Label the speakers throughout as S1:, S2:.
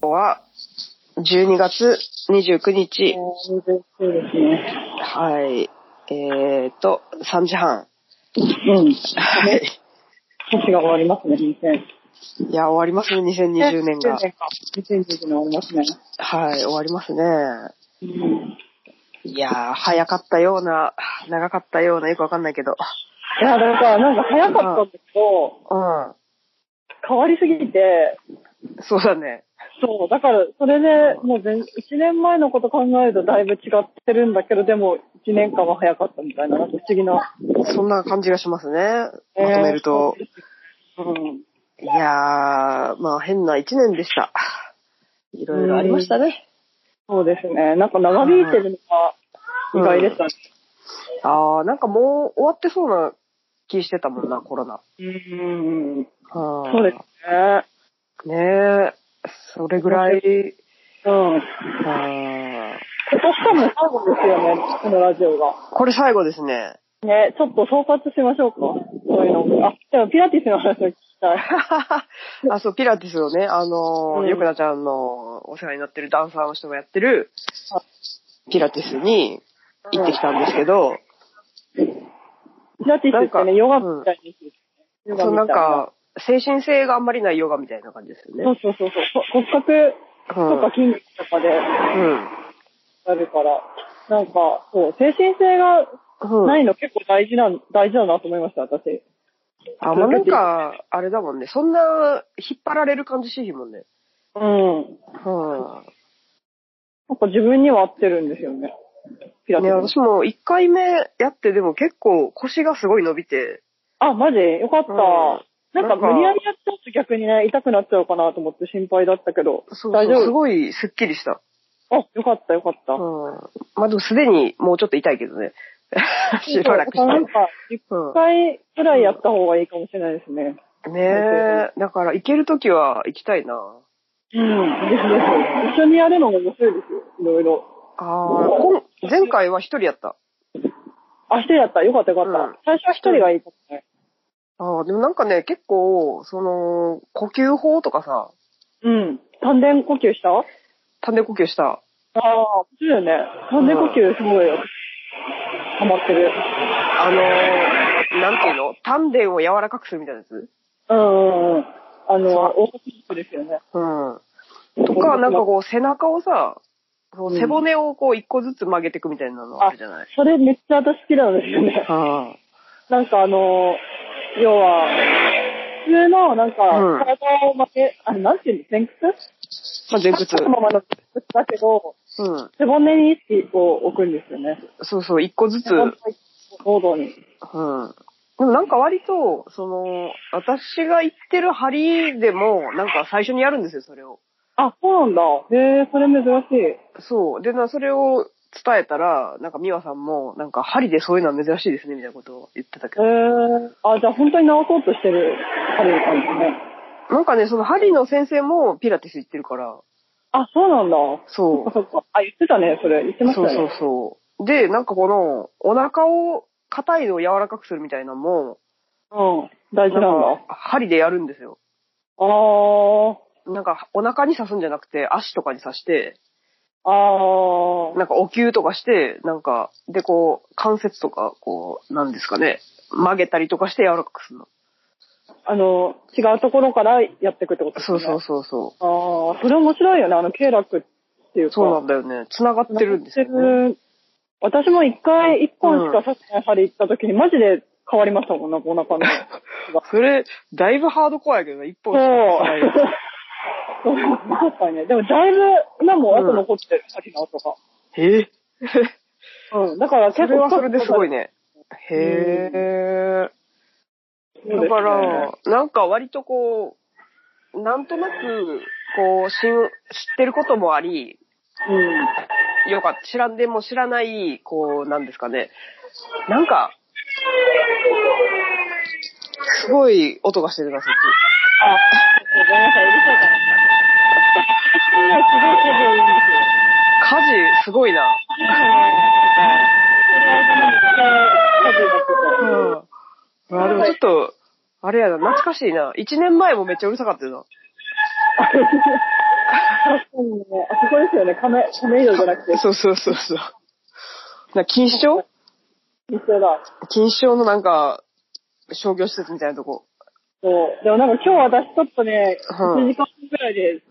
S1: コは12月29日、
S2: そうですね。
S1: はい、えーと、3時半。
S2: うん。
S1: はい。
S2: 年が終わりますね、2000。
S1: いや、終わりますね、2020年が
S2: 2020。年か。2020年終わりますね。
S1: はい、終わりますね。
S2: うん。
S1: いやー、早かったような、長かったような、よくわかんないけど。
S2: いや、だからなんか早かったんですけど、
S1: う
S2: 変わりすぎて、
S1: ん。そうだね。
S2: そう、だから、それで、もう全、1年前のこと考えるとだいぶ違ってるんだけど、でも、1年間は早かったみたいな、なんか不思議な。
S1: そんな感じがしますね。まとめると。
S2: えー。うん。
S1: いやー、まあ変な一年でした。いろいろありましたね。
S2: そうですね。なんか長引いてるのが意外でしたね。
S1: あー、なんかもう終わってそうな気してたもんな、コロナ。
S2: うん。
S1: は
S2: そうですね。
S1: ねえ、それぐらい、
S2: うん。
S1: あ
S2: 今年かも最後ですよね、このラジオが。
S1: ーこれ最後ですね。
S2: ね、ちょっと総括しましょうか。そういうの。あ、でもピラティスの話を聞きたい。
S1: あ、そう、ピラティスをね、あのー
S2: うん
S1: よくなちゃんのお世話になってるダンサーの人もやってる、ピラティスに行ってきたんですけど、
S2: ピラティスってね、ヨガみたいにするヨガ
S1: そう
S2: み
S1: なん
S2: たい
S1: か、精神性があんまりないヨガみたいな感じですよね。
S2: そうそうそうそう。骨格とか筋肉とかで
S1: う
S2: なるから、なんか、そう、精神性が
S1: ん。うん。
S2: ないの結構大事な、大事だなと思いました、私。
S1: あ、まあ、なんか、あれだもんね。そんな、引っ張られる感じしひんもんね。
S2: うん。
S1: は
S2: なんか自分には合ってるんですよね。ピ
S1: あ。
S2: ラテ
S1: ね、
S2: ィス。
S1: 私も一回目やって、でも結構腰がすごい伸びて。
S2: あ、マジよかった。
S1: うん
S2: なんか無理やりやっちゃうと逆にね、痛くなっちゃうかなと思って心配だったけど、
S1: そう
S2: 大丈
S1: す
S2: 夫
S1: ごいスッキリした。
S2: あ、よかったよかった。
S1: うん。まあ、でもすでにもうちょっと痛いけどね。 しばらくし
S2: なん
S1: て。
S2: か、一
S1: う
S2: 回くらいやった方がいいかもしれないですね。
S1: ん。ねえ。だから行けるときは行きたいな。
S2: うん。ですです。一緒にやるのも面白いですよ、いろいろ。
S1: ああ、こん前回は一人やった。
S2: あ、一人だった。よかったよかった。
S1: うん
S2: 最初は一人がいいかもね。
S1: ああ、でもなんかね、結構、その、呼吸法とかさ、
S2: うん。丹田呼吸したあ
S1: 単で呼吸した。
S2: あ、そうだよね。丹田呼吸すごいよ。ハマってる。
S1: あのー、なんていうの丹田を柔らかくするみたいなやつ
S2: うんうんうん。あの、オートピックですよね。
S1: うん。とか、なんかこう、背中をさ、こう
S2: うん
S1: 背骨をこう、一個ずつ曲げていくみたいなのあるじゃない
S2: それめっちゃ私好きなんですよね。
S1: うん。
S2: なんかあの、要は、普通の、なんか、
S1: うん
S2: 体を曲げ、あれ、なんていうの前屈
S1: まあ、前屈
S2: 立。ったままの前屈だけど、
S1: うん。
S2: 背骨に意識を置くんですよね。
S1: そうそう、一個ずつ。
S2: 背
S1: う
S2: 骨
S1: ん。
S2: 行動に。
S1: でもなんか割と、その、私が行ってる針でも、なんか最初にやるんですよ、それを。
S2: あ、そうなんだ。へえ、それ珍しい。
S1: そう。で、な、それを伝えたら、なんか美和さんも、なんか針でそういうのは珍しいですね、みたいなことを言ってたけど
S2: へ。え。あ、じゃあ本当に治そうとしてる彼の感じね。
S1: なんかね、その針の先生もピラティス行ってるから、
S2: あ、そうなんだ。そ
S1: そ
S2: っ
S1: う
S2: か。そっか。あ、言ってたね、それ。言ってました
S1: そ
S2: ね
S1: う。そうそう。で、なんかこの、お腹を、硬いのを柔らかくするみたいなのも、
S2: うん。大事
S1: な
S2: なんだ。
S1: んか針でやるんですよ。
S2: あー。
S1: なんか、お腹に刺すんじゃなくて、足とかに刺して、
S2: あー。
S1: なんか、お灸とかして、なんか、で、こう、関節とか、こう、なんですかね、曲げたりとかして柔らかくするの。
S2: あの、違うところからやっていくってことです
S1: そ
S2: ね。
S1: うそうそうそ
S2: ああ、それ面白いよね。あの、経絡っていう
S1: う。
S2: か。
S1: そうなんだよね。繋がってるんですよ、ね。
S2: やってる私も一回、一本しか刺してない針行った時に、マジで変わりましたもん、なんかお 腹の。
S1: それ、だいぶハードコアやけどね、一
S2: そう。
S1: 本しかないよ
S2: そう、確かにね。でも、だいぶ、今も後残ってる、針の跡が。
S1: えー
S2: うん。だから、
S1: そ
S2: 結
S1: れは
S2: 構、
S1: それですごい
S2: ね。
S1: ね。へえ。
S2: そう
S1: だ
S2: ですね
S1: から、、なんか割とこう、なんとなく、こう、しん、知ってることもあり、
S2: うん。
S1: よかった。知らんでも知らない、こう、なんですかね。なんか、すごい音がしてるな、そっ
S2: あ、ちょっとごめんなさい、うるさいかな。最近はすごい手でいいんですよ。 あ
S1: ち。火事、すごいな。うん。あ、でもちょっと、あれやな、懐かしいな。一年前もめっちゃうるさかったよ
S2: そうね。あそこですよね。亀、亀戸じゃなくて、
S1: そうそうそうそう。な、錦糸町
S2: 一緒だ。
S1: 錦糸町のなんか、商業施設みたいなとこ。
S2: そう。でもなんか今日私ちょっとね、
S1: うん
S2: 1時間くらいで、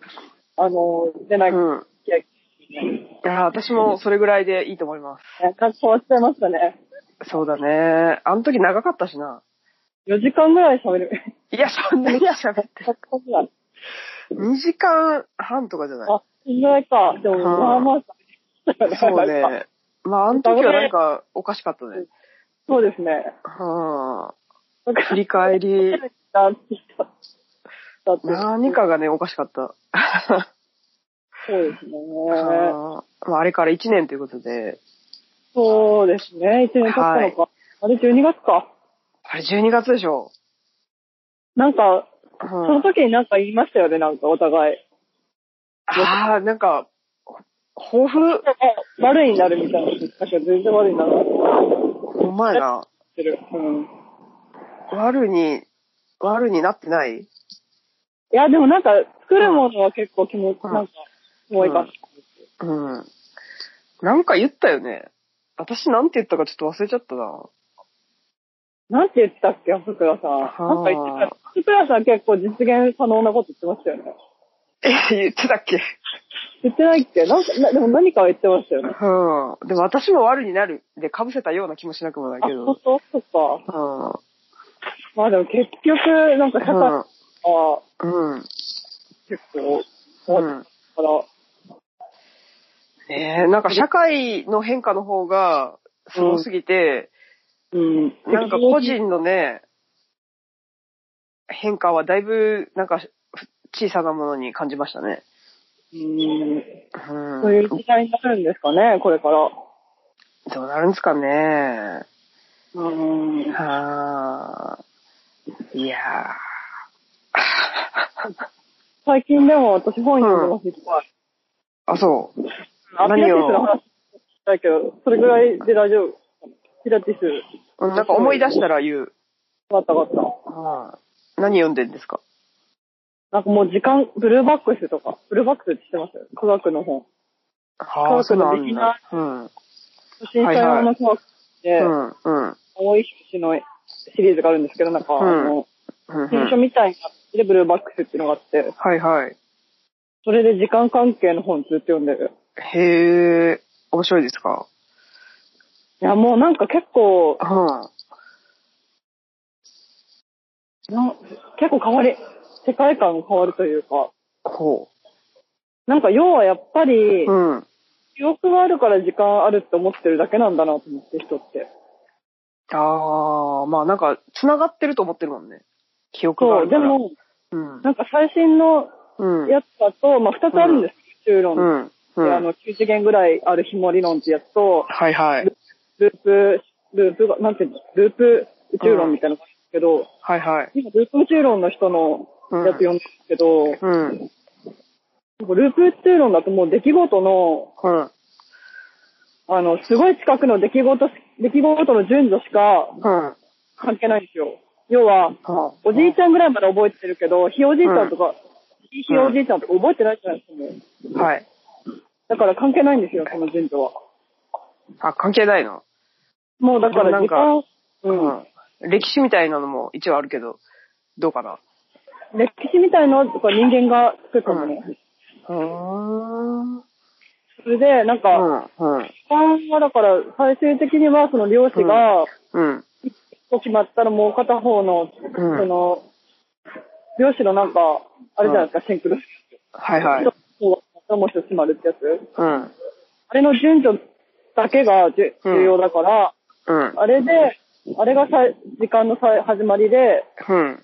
S2: あの、出な
S1: う
S2: きゃ
S1: ん。
S2: いけないね。
S1: いや、私もそれぐらいでいいと思います。
S2: なんか変わっちゃいましたね。
S1: そうだね。あの時長かったしな。
S2: 4時間ぐらい喋る。
S1: いや、そんなに喋って。
S2: 100個ぐらい。
S1: 2時間半とかじゃない
S2: あ、そんぐらいか。でも、
S1: うん
S2: まあまあ、
S1: そう
S2: なんか。
S1: ね。まあ、あの時はなんか、おかしかったね。
S2: そうですね。
S1: は
S2: なん
S1: あ。振り返り、
S2: だってだって
S1: 何かがね、おかしかった。は
S2: そうです ね。
S1: あまあ、あれから1年ということで、
S2: そうですね。一年経ったのか。あれ、12月か。
S1: あれ12月でしょ。
S2: なんか、
S1: うん
S2: そ の時になんか言いましたよね、なんかお互い。
S1: ああ、なんか、抱負、
S2: 悪いになるみたいな。確かに全然悪いにならなかっ
S1: ほんまやな。
S2: てる。うん。
S1: 悪に、悪になってない
S2: いや、でもなんか、作るものは結構気持ち、
S1: うん
S2: なんか、重いかった。
S1: うん。なんか言ったよね。私なんて言ったかちょっと忘れちゃったな。
S2: なんて言ってたっけ、細倉さん。なんか言ってた。細倉さん結構実現可能なこと言ってましたよね。
S1: え、言ってたっけ
S2: 言ってないっけなんか、なでも何かは言ってましたよね。
S1: うん。でも私も悪になるで被せたような気もしなくもない
S2: あ、
S1: けど。う
S2: 本当そっか。
S1: ん。
S2: まあでも結局、なんか社会は
S1: うん。うん。
S2: 結構、
S1: う
S2: 終わっ
S1: ん。
S2: たから、
S1: ねえ、なんか社会の変化の方がすごすぎて、
S2: うん。
S1: なんか個人のね、変化はだいぶ、なんか、小さなものに感じましたね。
S2: うん。
S1: う。
S2: そういうん時代になるんですかね、これから。
S1: どうなるんですかね。
S2: うん。
S1: はあ。いやー
S2: 最近でも私本読んでます、いっぱい。
S1: あ、そう。
S2: あ
S1: 何を
S2: ピラティスの話したけど、それぐらいで大丈夫。ピラティス、
S1: うんなんか思い出したら言う。
S2: わかったわかった。
S1: 何読んでんですか
S2: なんかもう時間、ブルーバックスとか、ブルーバックスって知ってます科学の本。
S1: は
S2: あそうなんだ
S1: うん。うん。
S2: 震災用の科学で、
S1: うん。
S2: 青い星のシリーズがあるんですけど、なんか、
S1: うん
S2: あの、
S1: うん
S2: 新書みたいになってて、ブルーバックスっていうのがあって、
S1: はいはい。
S2: それで時間関係の本ずっと読んでる。
S1: へえ、面白いですか
S2: いや、もうなんか結構
S1: う、ん。
S2: なん結構変わり、世界観が変わるというか、
S1: ほ
S2: なんか要はやっぱり
S1: う。、うん。
S2: 記憶があるから時間あるって思ってるだけなんだなと思って、人って。
S1: ああ、まあなんか、繋がってると思ってるもんね。記憶があ
S2: そう、
S1: るか
S2: で
S1: ら。
S2: も、
S1: うん。
S2: なんか最新の
S1: うん。
S2: やつだと、まあ二つあるんです、中論
S1: う
S2: と
S1: ん。うん。
S2: であの、9次元ぐらいある紐理論ってやつと、
S1: はいはい。
S2: ループ、ループが、なんていうの、ループ宇宙論みたいなのがあるんですけど、
S1: はいはい。
S2: 今、ループ宇宙論の人のやつ読んでるんですけど、
S1: うん。
S2: なんかループ宇宙論だともう出来事の、
S1: うん。
S2: あの、すごい近くの出来事、出来事の順序しか
S1: うん。
S2: 関係ないんですよ。要は、
S1: は
S2: おじいちゃんぐらいまで覚えてるけど、ひいおじいちゃんとか、ひいひいおじいちゃんとか覚えてないじゃないですか、もう。
S1: はい。
S2: だから関係ないんですよ、その順序は。
S1: あ、関係ないの。
S2: もうだから時間、うん。
S1: うん。歴史みたいなのも一応あるけど、どうかな。
S2: 歴史みたいのとか人間が作ったもの。
S1: うーん。
S2: それで、なん
S1: う
S2: か、
S1: ん。うん。
S2: 一般はだから、最終的にはその漁師が、
S1: うん。
S2: 決まったらもう片方の、
S1: うん
S2: その、漁師のなんか、あれじゃないですか、シンクロ。
S1: はいはい。
S2: そう、もう一つ決まるってやつ。
S1: うん。
S2: あれの順序だけがじゅ
S1: うん
S2: 重要だから、
S1: うん。
S2: あれで、あれがさい時間のさい始まりで、
S1: うん。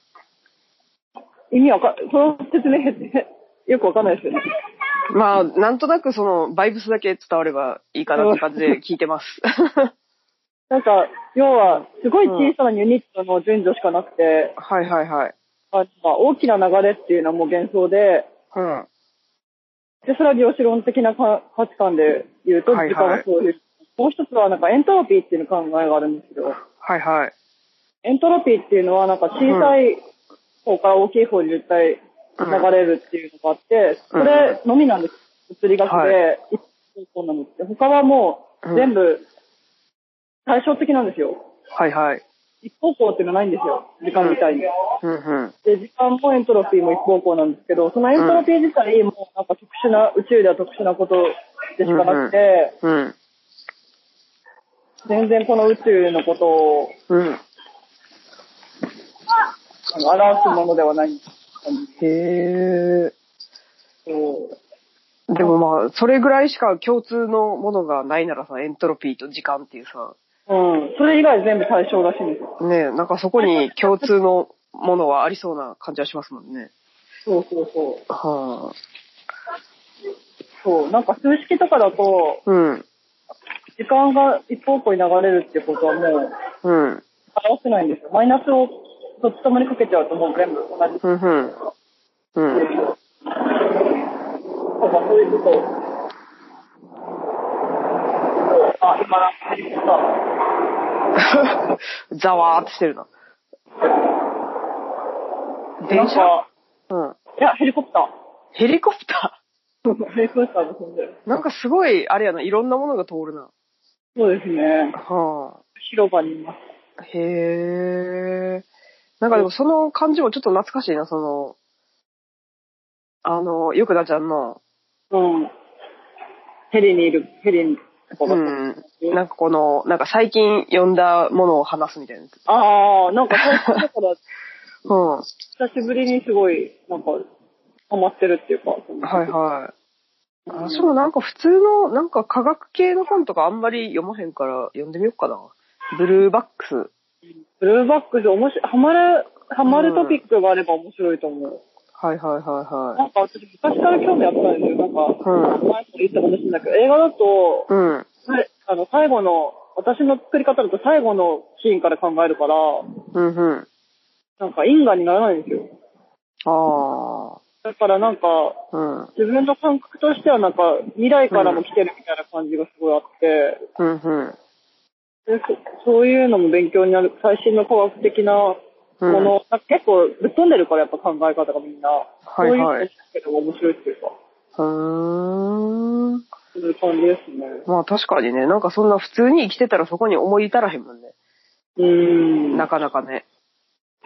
S2: 意味わか、その説明へへ よくわかんないですよね。
S1: まあ、なんとなくその、バイブスだけ伝わればいいかなって感じで聞いてます。
S2: なんか、要は、すごい小さなユニットの順序しかなくて、
S1: はいはいはい。
S2: あまあ大きな流れっていうのはもう幻想で、
S1: うん。
S2: で、それは量子論的なか価値観で言うと、
S1: はいはい
S2: 時間はそういう。もう一つは、なんかエントロピーっていう考えがあるんですけど、
S1: はいはい。
S2: エントロピーっていうのは、なんか小さい方から大きい方に絶対流れるっていうのがあって、それのみなんです。物理学で、一本なんですけど他はも
S1: うん
S2: う全部対照的なんですよ。
S1: はいはい。
S2: 一方向っていうのはないんですよ。時間みたいに。
S1: うんうん。
S2: で、時間もエントロピーも一方向なんですけど、そのエントロピー自体もなんか特殊な、宇宙では特殊なことでしかなくて、
S1: うん。
S2: 全然この宇宙のことを
S1: うん。
S2: あの表すものではないんです
S1: へえ。
S2: けど、
S1: でもまあ、それぐらいしか共通のものがないならさ、エントロピーと時間っていうさ、
S2: うん。それ以外全部対象らしいんですよ。
S1: ねえ、なんかそこに共通のものはありそうな感じはしますもんね。
S2: そうそうそう。
S1: は
S2: そう。なんか数式とかだと、
S1: あ。うん。
S2: 時間が一方向に流れるっていうことはもう
S1: うん。
S2: 表せないんですよ。マイナスをどっちともにかけちゃうともう全部同じ。
S1: うんうん。うん。
S2: とかそういうこと。あ、今なんか入ってきた。
S1: ざわーってしてるな。電車
S2: なんか
S1: うん。
S2: いや、ヘリコプター。
S1: ヘリコプタ
S2: ヘリコプターが飛んでる。
S1: ーなんかすごい、あれやな、いろんなものが通るな。
S2: そうですね。
S1: は
S2: 広場にいます。
S1: あ。へー。なんかでもその感じもちょっと懐かしいな、その、あの、よくなちゃんの、
S2: うん。ヘリにいる、ヘリに。
S1: うん。なんかこの、なんか最近読んだものを話すみたいなやつ。
S2: ああ、な んか最近だから、
S1: うん。は
S2: 久しぶりにすごい、なんか、ハマってるっていうか。
S1: いはい。私もなんか普通の、なんか科学系の本とかあんまり読まへんから読んでみようかな。ブルーバックス。
S2: ブルーバックス、面白い、ハマる、ハマるトピックがあれば面白いと思う。
S1: はいはいはいは
S2: なんか私、昔から興味あったんですよ。なんか、
S1: うん
S2: 前も言った話だけど、映画だと
S1: い。、うん。
S2: はいあの、最後の、私の作り方だと最後のシーンから考えるから、
S1: うんうん。
S2: なんか因果にならないんですよ。
S1: あ
S2: だからなんか、
S1: あ。うん。
S2: 自分の感覚としてはなんか、未来からも来てるみたいな感じがすごいあって、
S1: うんうん。
S2: でそそういうのも勉強になる、最新の科学的なも
S1: うん
S2: の、なんか結構ぶっ飛んでるからやっぱ考え方がみんな、
S1: いはい
S2: そういうのけど面白いっていうか、
S1: ふーん。
S2: そういう感じですね。
S1: まあ確かにね、なんかそんな普通に生きてたらそこに思い至らへんもんね。
S2: うーん。
S1: なかなかね。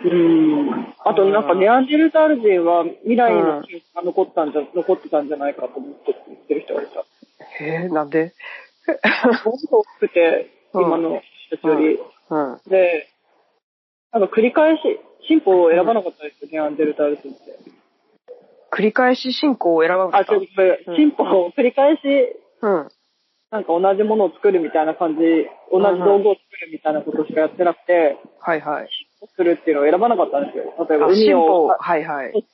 S2: うん。あとなんかネアンデルタール人は未来の記憶が残ったんじゃ、残ってたんじゃないかと思って言ってる人がいた。
S1: へえ、なん で
S2: もっと大きくて、
S1: うん
S2: 今の人たちより。
S1: うん。うん。
S2: で、なんか繰り返し、進歩を選ばなかったですよ、ネアンデルタール人って。
S1: 繰り返し進行を選ばなか
S2: あ、
S1: っ
S2: ちょっと
S1: た。
S2: それ
S1: うん
S2: 進歩を繰り返し、
S1: うん。
S2: なんか同じものを作るみたいな感じ、同じ道具を作るみたいなことしかやってなくて、
S1: はいはい。
S2: するっていうのを選ばなかったんですよ。例えば
S1: あ
S2: 海
S1: 進
S2: を
S1: 歩、、はいはい。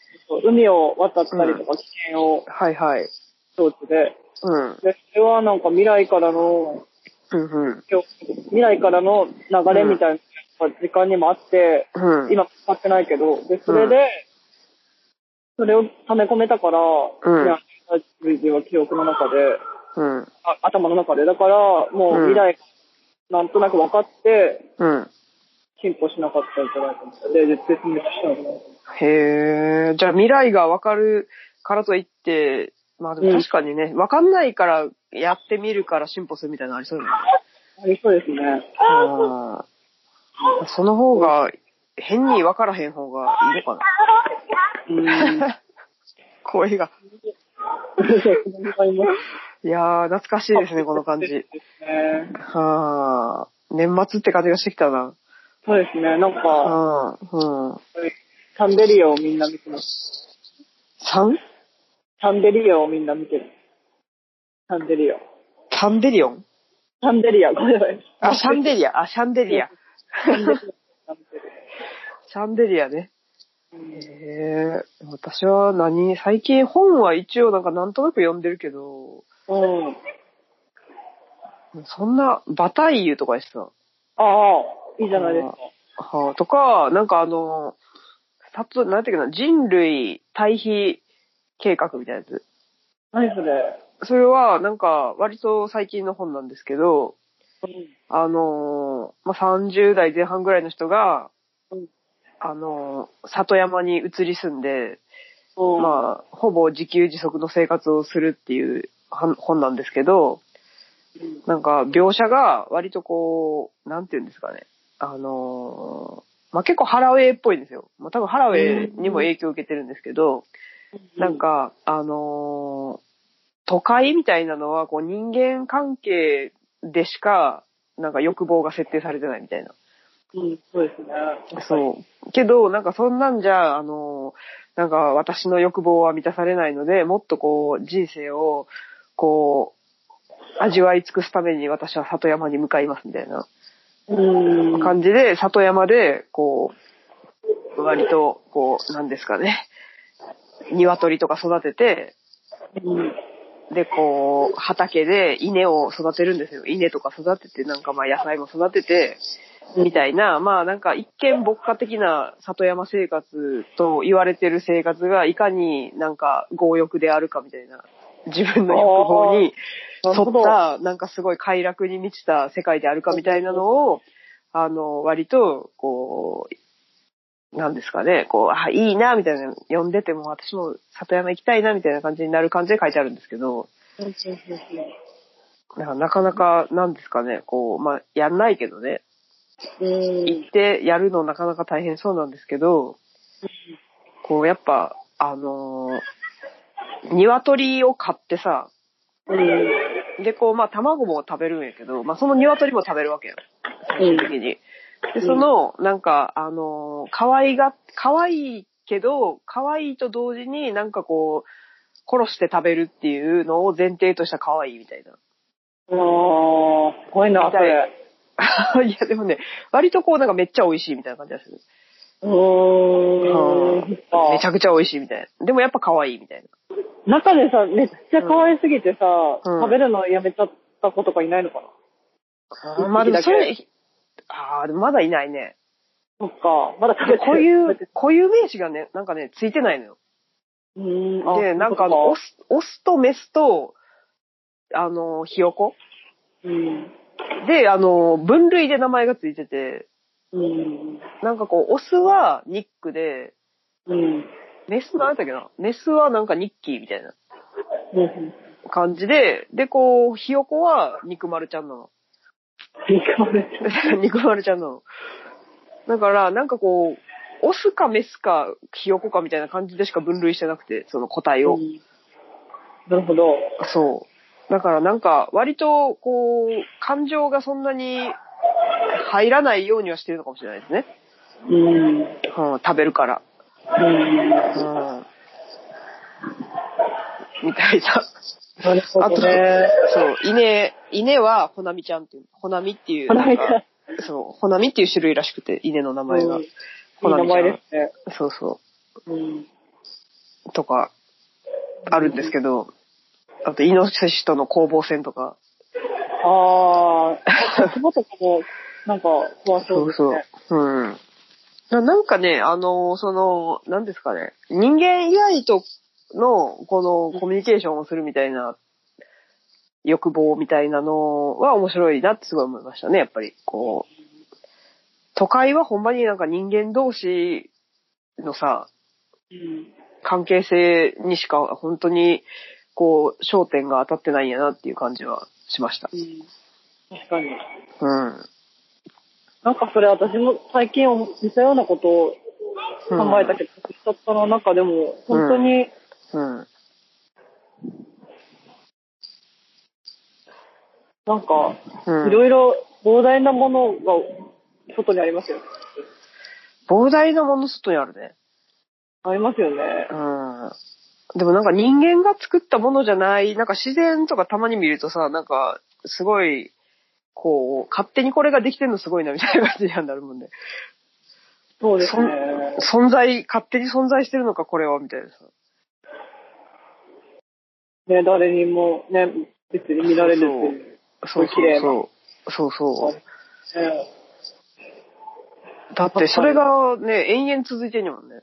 S2: 海を渡ったりとか、危険を
S1: はいはい。
S2: 装置で、
S1: うん。
S2: で、それはなんか未来からの、
S1: うんうん。
S2: 今日未来からの流れみたいな時間にもあって、
S1: うん。
S2: 今使ってないけど、で、それで、それを溜め込めたから、
S1: ん
S2: いや、類似は記憶の中で、
S1: うん。
S2: あ頭の中で、だから、
S1: う
S2: も
S1: ん
S2: う未来、なんとなく分かって、
S1: うん。
S2: 進歩しなかったんじゃないかな。で、絶対滅したのかな。
S1: へえ。じゃあ未来がわかるからといって、まあでも確かにね、わかんないからやってみるから進歩するみたいなのありそうだよね。
S2: ありそうですね。
S1: あーその方が、変に分からへん方がいいのか
S2: うん。
S1: な。声が。
S2: そう、わかります。
S1: いやー、懐かしいですね、この感
S2: そう
S1: じ。
S2: ですね。
S1: はー。年末って感じがしてきたな。
S2: そうですね。なんか、
S1: あーうん。
S2: シャンデリアをみんな見てます。
S1: 3?
S2: シャンデリアをみんな見てる。シャンデリア。
S1: シャンデリオン
S2: シャンデリア、ごめんなさい。
S1: あ、シャンデリア。あ、シャンデリア。
S2: シャンデリア。
S1: シャンデリアね。
S2: うん
S1: へえ。私は何最近本は一応なんかなんとなく読んでるけど、
S2: うん。
S1: そんな、バタイユとかでした。
S2: ああ、いいじゃないですか。
S1: はあ、とか、なんかあの、さつ、なんていうかな、人類対比計画みたいなやつ。
S2: 何それ。
S1: それは、なんか、割と最近の本なんですけど、あのーまあ、30代前半ぐらいの人が
S2: うん、
S1: あのー里山に移り住んで、
S2: うん
S1: まあ、ほぼ自給自足の生活をするっていうは本なんですけど、なんか描写が割とこう、なんていうんですかね。あのーまあ結構ハラウェイっぽいんですよ。まあ多分ハラウェイにも影響を受けてるんですけど、なん、か、あのー都会みたいなのはこう人間関係でしか、なんか欲望が設定されてないみたいな。
S2: うん、そうですね。
S1: そう。けど、なんかそんなんじゃ、あの、なんか私の欲望は満たされないので、もっとこう、人生を、こう、味わい尽くすために私は里山に向かいますみたいな
S2: うん。
S1: 感じで、里山で、こう、割と、こう、なんですかね、鶏とか育てて、
S2: うん
S1: で、こう、畑で稲を育てるんですよ。稲とか育てて、なんかまあ野菜も育てて、みたいな、まあなんか一見牧歌的な里山生活と言われてる生活がいかになんか強欲であるかみたいな、自分の欲望に沿
S2: なるほど
S1: った、なんかすごい快楽に満ちた世界であるかみたいなのを、あの、割と、こう、なんですかね、こう、あ、いいな、みたいな、読んでても私も里山行きたいな、みたいな感じになる感じで書いてあるんですけど、
S2: そうそうそう
S1: なんかなかなか、なんですかね、こう、まあ、やんないけどね、
S2: そう。うん
S1: 行ってやるのなかなか大変そうなんですけど、こうやっぱ、あのー鶏を買ってさ、
S2: うん。
S1: でこうまあ卵も食べるんやけど、まあその鶏も食べるわけよ、
S2: う
S1: 最終
S2: ん
S1: 的に。で、その、なんか、あのー可愛が、可愛いけど、可愛いと同時になんかこう、殺して食べるっていうのを前提とした可愛いみたいな。
S2: あー、すごいな、それ。
S1: いやでもね、割とこうなんかめっちゃ美味しいみたいな感じがする。
S2: うーん。
S1: めちゃくちゃ美味しいみたいな。でもやっぱ可愛いみたいな。
S2: 中でさ、めっちゃ可愛すぎてさ、
S1: うん
S2: 食べるのやめちゃった子とかいないのかな
S1: あーまあでもそれ、ああ、でもまだいないね。
S2: そっか、まだ食べ
S1: で、
S2: て
S1: 固有、 固有名詞がね、なんかね、ついてないのよ。
S2: うーん、あ
S1: で、なんかあの、オス、オスとメスと、あの、ひよこ
S2: うん。
S1: で、あの、分類で名前がついてて、
S2: うん。
S1: なんかこう、オスはニックで、
S2: うん。
S1: メスなんだったっけなメスはなんかニッキーみたいな
S2: うん。
S1: 感じで、で、こう、ひよこは肉丸ちゃんなの。
S2: 肉まれちゃ
S1: 肉丸ちゃんなの。だから、なんかこう、オスかメスかヒヨコかみたいな感じでしか分類してなくて、その個体を。
S2: うんなるほど。
S1: そう。だからなんか、割と、こう、感情がそんなに入らないようにはしてるのかもしれないですね。
S2: うん。うん。
S1: うん、食べるから。うん。みたいな。
S2: なるほ
S1: あと、
S2: どね。
S1: そう、稲、稲は、ほなみちゃんっていう、ほなみっていう、
S2: この
S1: なんか
S2: 間、
S1: そう、ほなみっていう種類らしくて、稲の名前が。
S2: うんいい
S1: ほな
S2: 名
S1: みちゃん
S2: 前ですね。
S1: そうそう。
S2: うん。
S1: とか、あるんですけど、あと、イノシシとの攻防戦とか、
S2: ああ、雲とかも、なんか、怖そうですね。
S1: そう。うん。ななんかね、あのーその、なんですかね、人間以外との、この、コミュニケーションをするみたいな、欲望みたいなのは面白いなってすごい思いましたね、やっぱり。こう、都会はほんまになんか人間同士のさ、
S2: うん
S1: 関係性にしか本当に、こう、焦点が当たってないんやなっていう感じはしました。
S2: うん。確かに。
S1: うん。
S2: なんかそれ私も最近似たようなことを考えたけど、ちょっとの中でも、本当に、
S1: うん。
S2: なんか、
S1: うん
S2: いろいろ膨大なものが外にありますよね。
S1: 膨大なもの外にあるね。
S2: ありますよね。
S1: うん。でもなんか人間が作ったものじゃない、なんか自然とかたまに見るとさ、なんかすごい、こう、勝手にこれができてんのすごいなみたいな感じにはなるもんね。
S2: そうですね。
S1: 存在、勝手に存在してるのかこれは、みたいなさ。
S2: ね、誰にもね、別に見られるっていう。
S1: そう
S2: 綺麗な
S1: そう。そうそう。
S2: ね
S1: だってそれがね、延々続いてんねんもんね。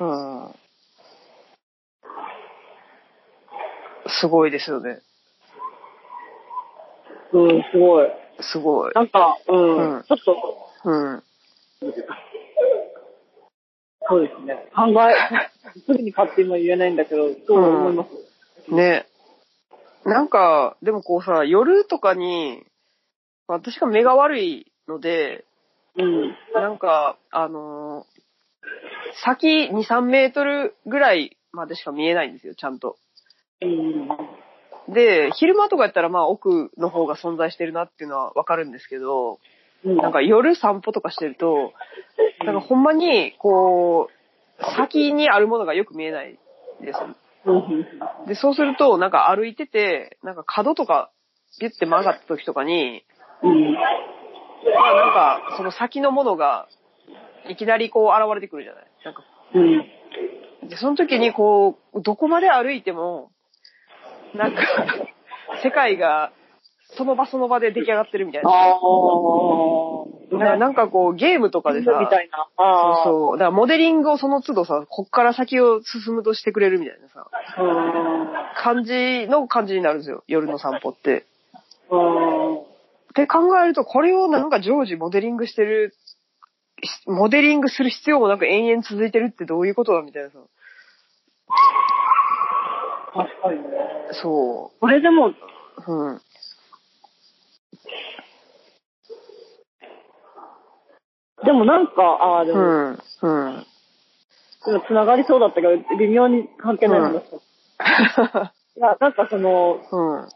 S2: うん。
S1: うん。すごいですよね。
S2: うん、すごい。
S1: すごい。
S2: なんか、うん、
S1: うん
S2: ちょっと
S1: うん。
S2: そうですね。考 え、すぐに買っても言えないんだけど、そう思います。
S1: ね。なんか、でもこうさ、夜とかに、まあ私が目が悪いので、
S2: うん。
S1: なんか、あのー先2、3メートルぐらいまでしか見えないんですよ、ちゃんと。
S2: うん。
S1: で、昼間とかやったらまあ奥の方が存在してるなっていうのはわかるんですけど、
S2: うん。
S1: なんか夜散歩とかしてると、なんかほんまに、こう、先にあるものがよく見えないです。
S2: うん、
S1: で、そうすると、なんか歩いてて、なんか角とか、ビュって曲がった時とかに、
S2: うん。
S1: まあなんか、その先のものが、いきなりこう現れてくるじゃないなんか、
S2: うん。
S1: で、その時にこう、どこまで歩いても、なんか、 世界が、その場その場で出来上がってるみたい
S2: あ
S1: な。だから
S2: あ。
S1: なんかこう、ゲームとかでさ、
S2: みたいな。
S1: そう
S2: ああ。
S1: そう。だからモデリングをその都度さ、こっから先を進むとしてくれるみたいなさ、
S2: う。うん。
S1: 感じの感じになるんですよ。夜の散歩って。
S2: うん。
S1: って考えると、これをなんか常時モデリングしてる、しモデリングする必要もなく延々続いてるってどういうことだみたいなさ。
S2: 確かにね。
S1: そ
S2: これでも、
S1: う。うん。
S2: でもなんか、ああ、で
S1: う
S2: も、
S1: ん。うん。
S2: でも繋がりそうだったけど、微妙に関係ない話だった。いや、なんかその、
S1: うん。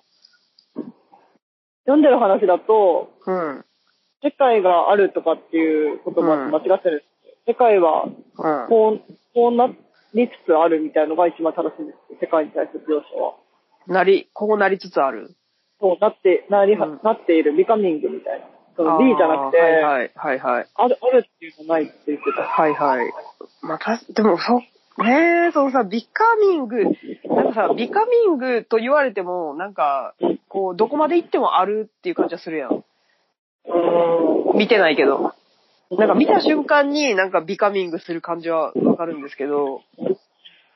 S2: 読んでる話だと、
S1: うん。
S2: 世界があるとかっていう言葉と間違ってる。世界は
S1: うん。
S2: こう、こうなりつつあるみたいのが一番正しいんですよ。世界に対する描写は。
S1: なり、こうなりつつある。
S2: そう、なって、なりは、
S1: うん
S2: なっている、ビカミングみたいな。その
S1: あー
S2: B じゃなくて、
S1: はいはい。はいはい。
S2: ある、あるっていうのないって言ってた。
S1: はいはい。まあ、た、でも、そ、ねえ、そのさ、ビカミング、なんかさ、ビカミングと言われても、なんか、こう、どこまで行ってもあるっていう感じはするやん。見てないけど。なんか見た瞬間になんかビカミングする感じはわかるんですけど、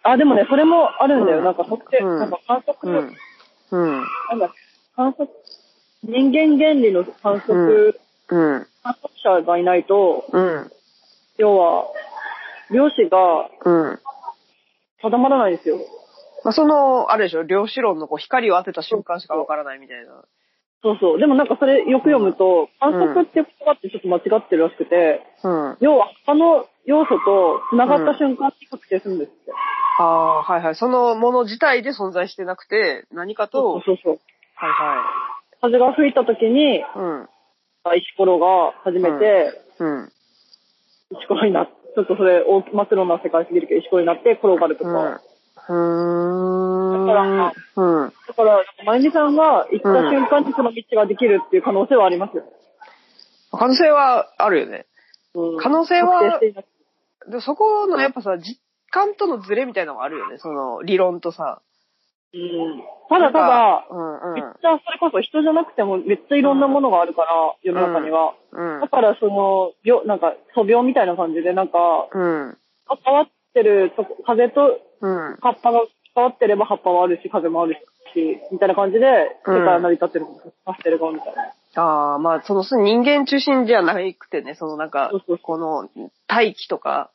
S2: あ、でもね、それもあるんだよ。
S1: うん
S2: なんか、そって、
S1: うん
S2: なんか観測
S1: う
S2: の、
S1: ん。うん。
S2: なんだ、観測、人間原理の観測、
S1: うんうん。
S2: 観測者がいないと、
S1: うん。
S2: 要は、漁師が
S1: うん。
S2: 定まらないんですよ。
S1: まあ、その、あれでしょ、量子論のこう光を当てた瞬間しかわからないみたいな。
S2: そうそう。でもなんかそれよく読むと、観測って言葉ってちょっと間違ってるらしくて、
S1: うん。あ
S2: 要は他の要素と繋がった瞬間に確定するんですって。
S1: あー、はいはい。そのもの自体で存在してなくて、何かと、
S2: そうそうそう。
S1: はいは
S2: 風が吹いた時に、
S1: い。うん。
S2: 石ころが初めて、
S1: うん。
S2: 石ころになって、ちょっとそれ大き、真っ黒な世界すぎるけど、石ころになって転がるとか。
S1: うん。うん。
S2: だから
S1: うん。
S2: だから、まゆみさんが行った瞬間にその道ができるっていう可能性はありますよ。
S1: 可能性はあるよね。
S2: うん
S1: 可能性は
S2: 確定していない
S1: でもそこのやっぱさ、実感とのズレみたいなのもあるよね。その理論とさ。
S2: うんた
S1: な
S2: だた
S1: ん
S2: だ
S1: か、うん
S2: めっちゃそれこそ人じゃなくてもめっちゃいろんなものがあるから、世の中には。
S1: うん。
S2: だからその、病、なんか、素病みたいな感じで、なんか、
S1: うん。
S2: 関わってるとこ、風と
S1: うん。
S2: 葉っぱが関わってれば葉っぱはあるし、風もあるし、みたいな感じで、
S1: うん
S2: 世界は成り立ってる、パステルがみたいな。
S1: ああ、まあ、その人間中心じゃなくてね、そのなんか
S2: そうそうそう、
S1: この大気とか、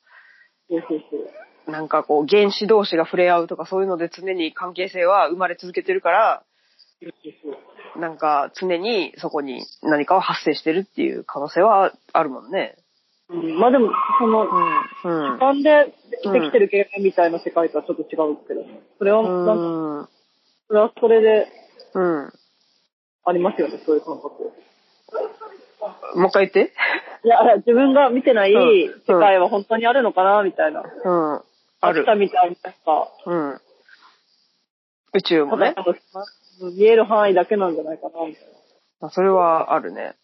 S2: そうそうそう。
S1: なんかこう原子同士が触れ合うとかそういうので常に関係性は生まれ続けてるから、
S2: そうそう
S1: なんか常にそこに何かを発生してるっていう可能性はあるもんね。
S2: そううんまあでも、そ
S1: う
S2: の、
S1: ん。うん。
S2: なんでできてるゲームみたいな世界とはちょっと違うけどね。それは、なんか
S1: うん。
S2: それはそれで
S1: うん。
S2: ありますよね、そういう感覚。
S1: もう一回言って。
S2: いや、自分が見てない
S1: うん
S2: 世界は本当にあるのかな、みたいな。
S1: うん。ある
S2: 秋。田みたいな、なんか、
S1: うん。宇宙も
S2: ただ
S1: ね
S2: な。んか見える範囲だけなんじゃないかな、みたい
S1: あそれはあるね。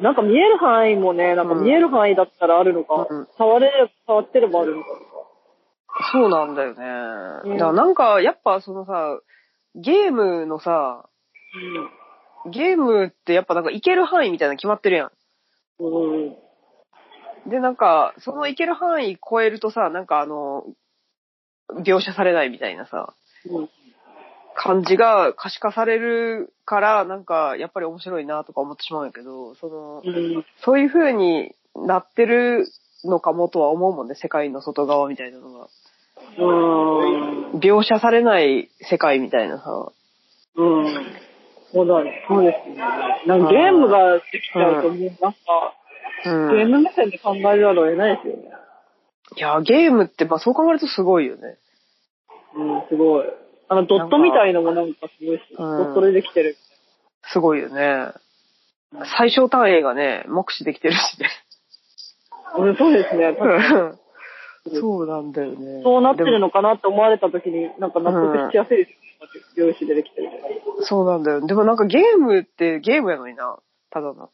S2: な。なんか見える範囲もね、なんか見える範囲だったらあるのか、
S1: うん
S2: 触れれば、触ってればあるのか。
S1: そうなんだよね。
S2: うん
S1: だからなんか、やっぱそのさ、ゲームのさ、ゲームってやっぱなんか行ける範囲みたいなの決まってるや
S2: うん。うん。
S1: ん。で、なんか、その行ける範囲超えるとさ、なんかあの、描写されないみたいなさ、
S2: うん。
S1: 感じが可視化されるから、なんか、やっぱり面白いなとか思ってしまうんやけど、その、
S2: うん。
S1: そういう風になってるのかもとは思うもんね、世界の外側みたいなのが。
S2: うん。
S1: 描写されない世界みたいなさ。
S2: うん。そうだね。そうですね。なんかゲームができちゃうともうなんか、
S1: う
S2: ゲー
S1: ん。
S2: ム目線で考えざるを得ないですよね。
S1: いや、ゲームって、まあそう考えるとすごいよね。
S2: うん、すごい。あの、ドットみたいのもなんかすごいし、
S1: う
S2: ド
S1: ん
S2: ットでできてる。
S1: すごいよね。最小単位がね、目視できてるしね。
S2: うん、そうですね。
S1: そうなんだよね。
S2: そうなってるのかなって思われた時に、なんか納得しやすいですよね。用紙でできてるじゃない
S1: でもそうなんだよ。でもなんかゲームってゲームやのにな。ただの。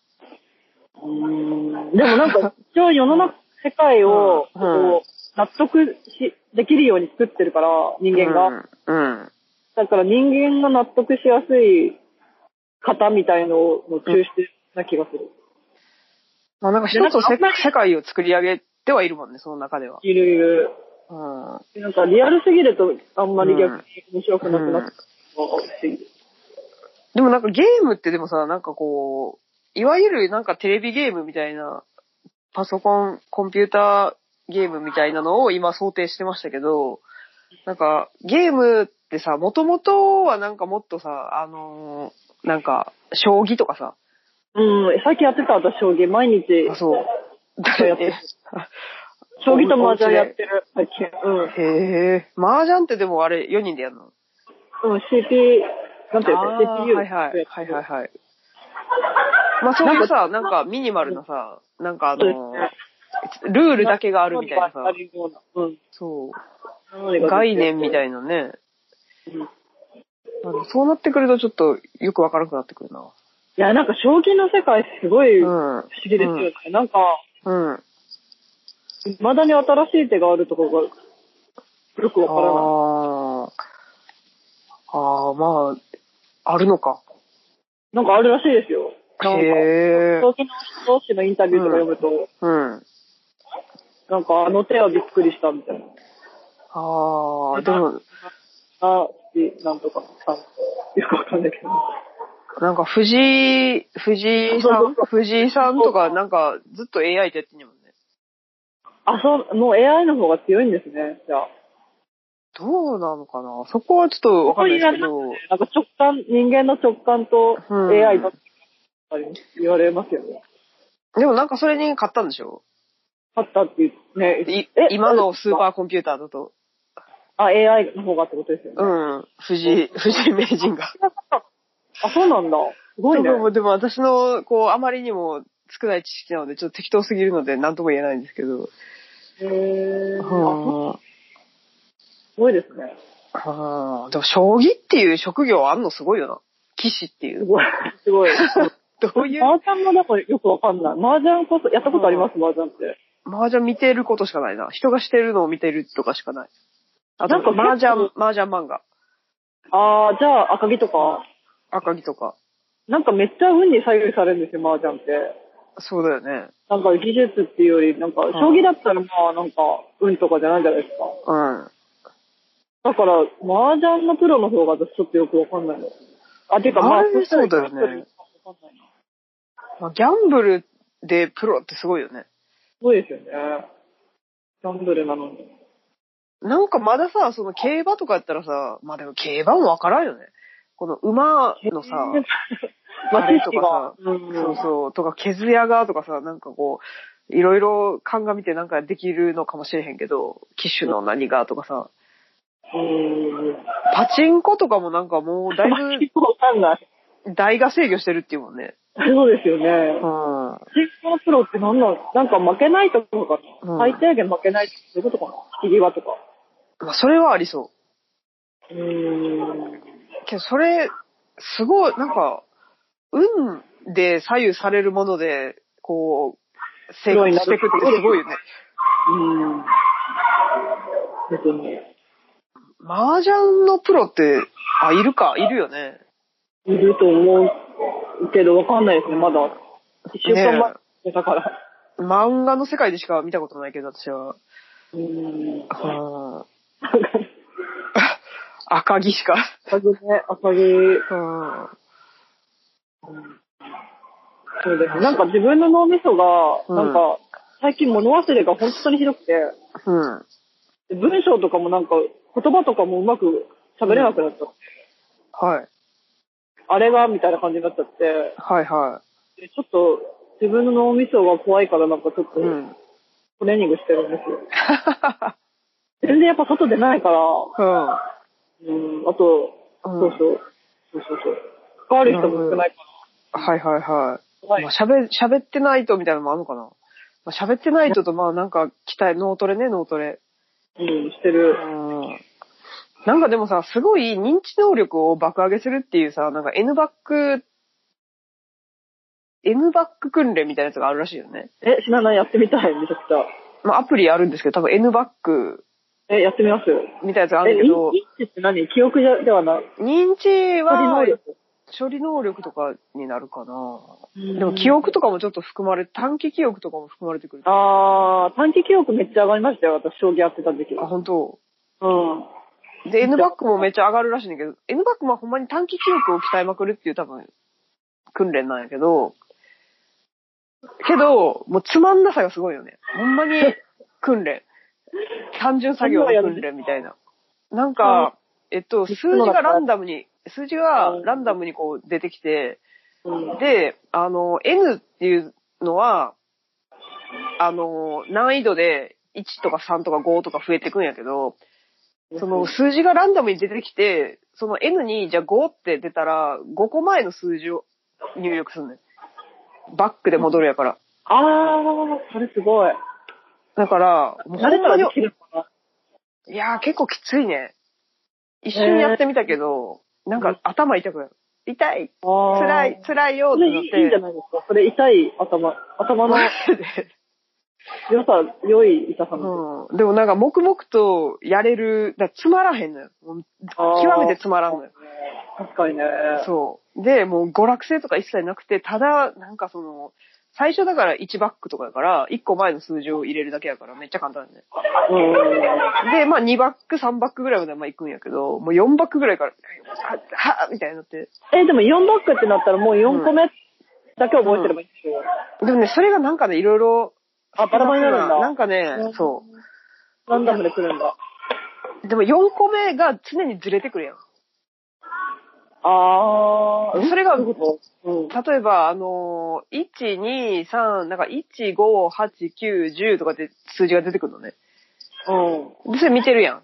S2: でもなんか、一応世の中、世界を、
S1: うん
S2: こう、納得し、できるように作ってるから、人間が。
S1: うん。うん。
S2: だから人間が納得しやすい方みたいのをもう抽出な気がする。
S1: まあなんか一つの世世界を作り上げてはいるもんね、その中では。
S2: いるいる。
S1: うん。
S2: なんかリアルすぎるとあんまり逆に面白くなくなっちゃうのが不思議
S1: でもなんかゲームってでもさ、なんかこう、いわゆるなんかテレビゲームみたいな、パソコン、コンピューターゲームみたいなのを今想定してましたけど、なんかゲームってさ、もともとはなんかもっとさ、あのーなんか、将棋とかさ、
S2: うん、最近やってた私将棋、毎日。
S1: あそう。
S2: そうやってる将棋と麻雀やってる。最近。
S1: へえ。麻雀ってでもあれ4人でやるの
S2: うん。うん、CP、なんていう
S1: あ
S2: の
S1: ー
S2: ?CPU。
S1: はいはい。はいはいはい。まあそういうさ、なんかミニマルなさ、なんかあ
S2: そうで
S1: の
S2: すね、
S1: ルールだけがあるみたいなさ
S2: あ、るようなうん。
S1: そう。
S2: なので
S1: 概念みた
S2: い
S1: いなね。
S2: な。うん
S1: なんかそうなってくるとちょっとよくわからなくなってくるな。
S2: いや、なんか将棋の世界すごい不思
S1: う
S2: 議ですよね。なんか、
S1: ん。うん。
S2: 未だに新しい手があるところがよくわからない。
S1: ああ。ああ、まあ、あるのか。
S2: なんかあるらしいですよ。なんか、
S1: へえ。
S2: 将棋の人同士のインタビューとか読むと、
S1: うん。
S2: なんかあの手はびっくりしたみたいな。
S1: ああ、でも、
S2: あ、し、なんとかさん。よくわかんないけど。
S1: なんか藤井、藤井さ
S2: そうんそう
S1: 藤井さんとかなんかずっと AI ってやってんねんもんね。
S2: あ、そう、もう AI の方が強いんですね、じゃあ。
S1: どうなのかなそこはちょっとわかんないですけど、
S2: なんか直感、人間の直感と
S1: うん
S2: AI だって言われますよね。
S1: でもなんかそれに買ったんでしょ
S2: 勝ったっていうね。
S1: い今のスーパーコンピューターだと。
S2: あ、AI の方がってことですよね。
S1: う
S2: あ、
S1: ん。藤井、藤井名人が。
S2: そうなんだ。すごいね
S1: 多。分もうでも私の、こう、あまりにも少ない知識なので、ちょっと適当すぎるので何とも言えないんですけど。
S2: へーあそう
S1: は
S2: すごいですね。
S1: あ。はあ。でも将棋っていう職業あんのすごいよな。棋士ってい
S2: す
S1: う。
S2: ごい。すごい。
S1: どういう、
S2: 麻雀もなんかよくわかんない。麻雀こそ、やったことあります、麻雀って。
S1: 麻雀見てることしかないな。人がしてるのを見てるとかしかない。あと、
S2: なんか結構
S1: 麻雀、麻雀漫画。
S2: ああ、じゃあ赤木とか。
S1: 赤木とか。
S2: なんかめっちゃ運に左右されるんですよ、麻雀って。
S1: そうだよね。
S2: なんか技術っていうより、なんか
S1: ん
S2: 将棋だったらまあなんか運とかじゃないじゃないですか。
S1: うん。
S2: だから、麻雀のプロの方が私ちょっとよくわかんないの。あ、てかま
S1: あ
S2: あ
S1: れ、そうだよね
S2: プロの人わかんないな
S1: まあ、ギャンブルでプロってすごいよね。
S2: すごいですよね。ギャンブルなのに。
S1: なんかまださ、その競馬とかやったらさ、まあでも競馬もわからんよね。この馬のさ、
S2: ま
S1: あ
S2: あ、
S1: れ
S2: 知
S1: と
S2: 識
S1: かさ。、
S2: がうん
S1: そうそう、とか、ケズヤがとかさ、なんかこう、いろいろ鑑みてなんかできるのかもしれへんけど、機種の何がとかさ、
S2: うん。
S1: パチンコとかもなんかもうだい
S2: 結構わかんない。
S1: ぶ、台が制御してるっていうもんね。
S2: そうですよ
S1: う。
S2: ね
S1: ん。
S2: チームのプロってなんなんなんか負けないとかかな、
S1: うん
S2: 最低限負けないってそういうことかな引き際とか。
S1: まあそれはありそう。
S2: うーん。
S1: けどそれ、すごい、なんか、運で左右されるもので、こう、生活していくってすごいよね。
S2: うん。別に。
S1: 麻雀のプロって、あ、いるか、いるよね。
S2: いると思うけど、わかんないですね、まだ。一週間前だから。
S1: 漫画の世界でしか見たことないけど、私は。
S2: うーん。
S1: うん。赤木しか。
S2: 赤木ね、赤木。
S1: うん。
S2: そうですね。なんか自分の脳みそが、
S1: うん
S2: なんか、最近物忘れが本当にひどくて、
S1: うん。
S2: で文章とかもなんか、言葉とかもうまく喋れなくなっちゃって、
S1: はい。
S2: あれがみたいな感じになっちゃって、
S1: はいは
S2: でちょっと自分の脳みそが怖いからなんかちょっと
S1: い。うん。
S2: トレーニングしてるんですよ。全然やっぱ外出ないから、
S1: うん。
S2: うん、あと、
S1: うん
S2: そうそう、そうそうそう。関わる人も少ないから、
S1: はいはいはい。
S2: 怖い
S1: まあ、。喋、喋ってないとみたいなのもあるのかな。まあ、喋ってないとと、まあなんか、鍛え、脳トレね、脳トレ。
S2: うん、してる
S1: う。ん。なんかでもさ、すごい認知能力を爆上げするっていうさ、なんか N バック、N バック訓練みたいなやつがあるらしいよね。
S2: え、知らない、やってみたい、めちゃくちゃ。
S1: まあアプリあるんですけど、多分 N バック
S2: え、やってみます
S1: みたいなやつがある
S2: え、
S1: んだけど
S2: イ、ンチって何記憶じゃではない。
S1: 認知
S2: 処理能
S1: は
S2: 力
S1: 処理能力とかになるかな。
S2: うん
S1: でも記憶とかもちょっと含まれ、短期記憶とかも含まれてくる。あ、
S2: あー、短期記憶めっちゃ上がりましたよ、私、将棋やってた時期。
S1: 本当。
S2: うん。
S1: で、N バックもめっちゃ上がるらしいんだけど、N バックはほんまに短期記憶を鍛えまくるっていう多分、訓練なんやけど、けど、もうつまんなさがすごいよね。ほんまに訓練。単純作業の訓練みたいな。なんか、えっと、数字がランダムに、数字がランダムにこう出てきて、
S2: うん、
S1: で、あの、N っていうのは、あの、難易度で1とか3とか5とか増えてくんやけど、その数字がランダムに出てきて、その N にじゃあ5って出たら、5個前の数字を入力するねん。バックで戻るやから。
S2: あー、それすごい。
S1: だから、もう
S2: 慣れた
S1: ほんま
S2: ら
S1: に
S2: できるかない
S1: やー結構きついね。一瞬やってみたけど、なんか頭痛くなる。痛い
S2: あー
S1: 辛い辛いよ
S2: そ
S1: って
S2: れい
S1: ないっ
S2: い
S1: て。
S2: いんじゃないですか。それ痛い頭、頭の良さ、良い痛さの。
S1: うんでもなんか黙々とやれる、だからつまらへんのよ。もう
S2: あー
S1: 極めてつまらんのよ。
S2: 確かにね。
S1: そう。で、もう娯楽性とか一切なくて、ただ、なんかその、最初だから1バックとかだから、1個前の数字を入れるだけやからめっちゃ簡単だね。
S2: うん。
S1: で、まあ2バック、3バックぐらいまでまあ行くんやけど、もう4バックぐらいから、は、はみたいになって。
S2: え、でも4バックってなったらもう4個目だけ覚えてればいいんでしょ。
S1: でもね、それがなんかね、いろいろ、
S2: あバラバラになるんだ
S1: なんかね、そ
S2: ランダムで来るんだ。
S1: う。でも4個目が常にずれてくるやん。
S2: あー。
S1: それが
S2: どういうことうん。
S1: 例えば、あのー、1、2、3、なんか、1、5、8、9、10とかって数字が出てくるのね。
S2: う
S1: で、それ見てるや
S2: ん。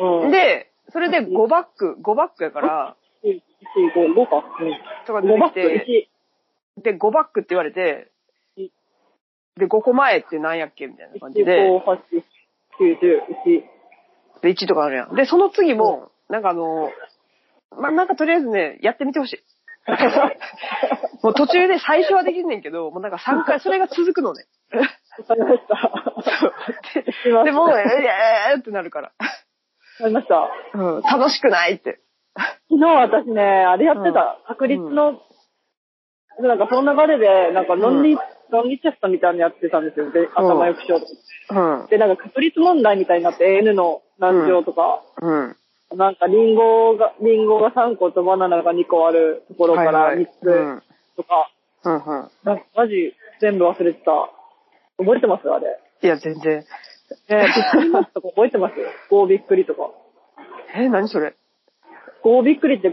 S2: うん
S1: ん。、で、それで5バック、5バックやから、
S2: 1、5、5か。
S1: と
S2: う
S1: か
S2: ん。
S1: 出
S2: 5バック
S1: てきて、で、5バックって言われて
S2: うん、
S1: で、5個前ってなんやっけみたいな感じ
S2: 1、1、
S1: で
S2: 5、、8、9、10、1。
S1: で、1とかあるやん。で、その次も、なんかあのー、まあ、なんかとりあえずね、やってみてほしい。 もう途中で最初はできんねんけど、もうなんか3回、それが続くのね。
S2: わかりました。
S1: そう
S2: すいま
S1: で
S2: せん
S1: でも、えーってなるから。
S2: わかりました。
S1: うん、楽しくないって。
S2: 昨日私ね、あれやってた。確率の、なんかその流れで、なんか論理、論理テストみたいなのやってたんですよ。で、頭よくしようと思って。
S1: うん。
S2: で、なんか確率問題みたいになって、N の何乗とか、
S1: うん。
S2: なんかリンゴが、リンゴが3個とバナナが2個あるところから3
S1: うん
S2: つ。とか、
S1: うんうん。
S2: なんかマジ全部忘れてた。覚えてますあれ。
S1: いや、全然。
S2: え びっくりマッチとか覚えてます ?5 びっくりとか。
S1: え、何それ
S2: 5びっくりって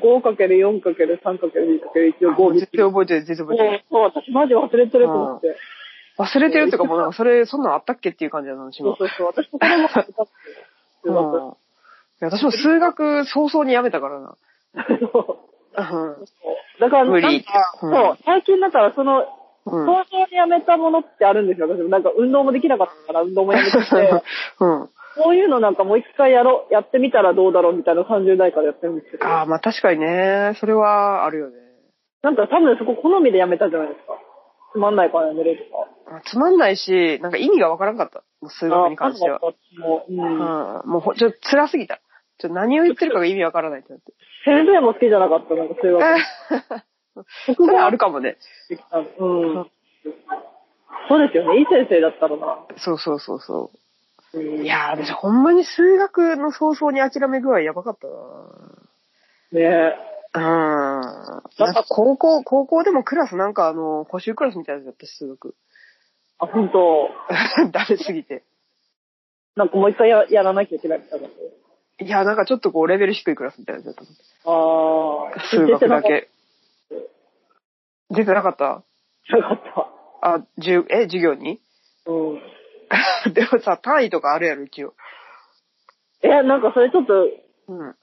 S1: 全然
S2: 5×4×3×2×1 を5びっくり。
S1: 覚えてる、全然
S2: も
S1: 覚
S2: う
S1: えてる。
S2: そう、私マジ忘れてると思って。
S1: 忘れてるとかもうなんか、それ、そんなんあったっけっていう感じだな、私
S2: そ
S1: も
S2: う。そうそう。私そこでも忘れたって。
S1: うん。いや私も数学早々にやめたからな。
S2: そう
S1: うん
S2: だから、
S1: 無
S2: なん
S1: 理
S2: か、
S1: うん
S2: そう、最近だからその、
S1: う
S2: 早
S1: ん。
S2: 々にやめたものってあるんですよ、私も。なんか運動もできなかったから運動もやめてきて。
S1: うん。
S2: こういうのなんかもう一回やろう、やってみたらどうだろうみたいな30代からやってるんですけど。
S1: ああ、まあ確かにね、それはあるよね。
S2: なんか多分そこ好みでやめたじゃないですか。つまんないからやめれるとか。
S1: まあつまんないし、なんか意味がわからんかった。もう数学に関しては
S2: あ。。もうう
S1: うん
S2: ん。
S1: もうほ、ちょっと辛すぎた。ちょっと何を言ってるかが意味わからないってなって。
S2: 先生も好きじゃなかった、なんかそういうわ
S1: それあるかもね。
S2: け。うん。そうですよね。いい先生だったらな。
S1: そうそうそうそ
S2: うん
S1: う。いやー、私ほんまに数学の早々に諦め具合やばかった
S2: ねえ。
S1: なうん。なんか高校、高校でもクラスなんかあの、補習クラスみたいなやつだったし、数学。
S2: あ、本当。
S1: だるすぎて。
S2: なんかもう一回ややらなきゃいけないみたいな。
S1: いや、なんかちょっとこう、レベル低いクラスみたいなやつだったの。
S2: ああ。
S1: 数学だけ。
S2: 出て
S1: 出てなかった
S2: なかった。なかっ
S1: あ、じゅ、え、授業に
S2: た。うん。
S1: でもさ、単位とかあるやろ、一応。
S2: え、なんかそれちょっと、
S1: うん。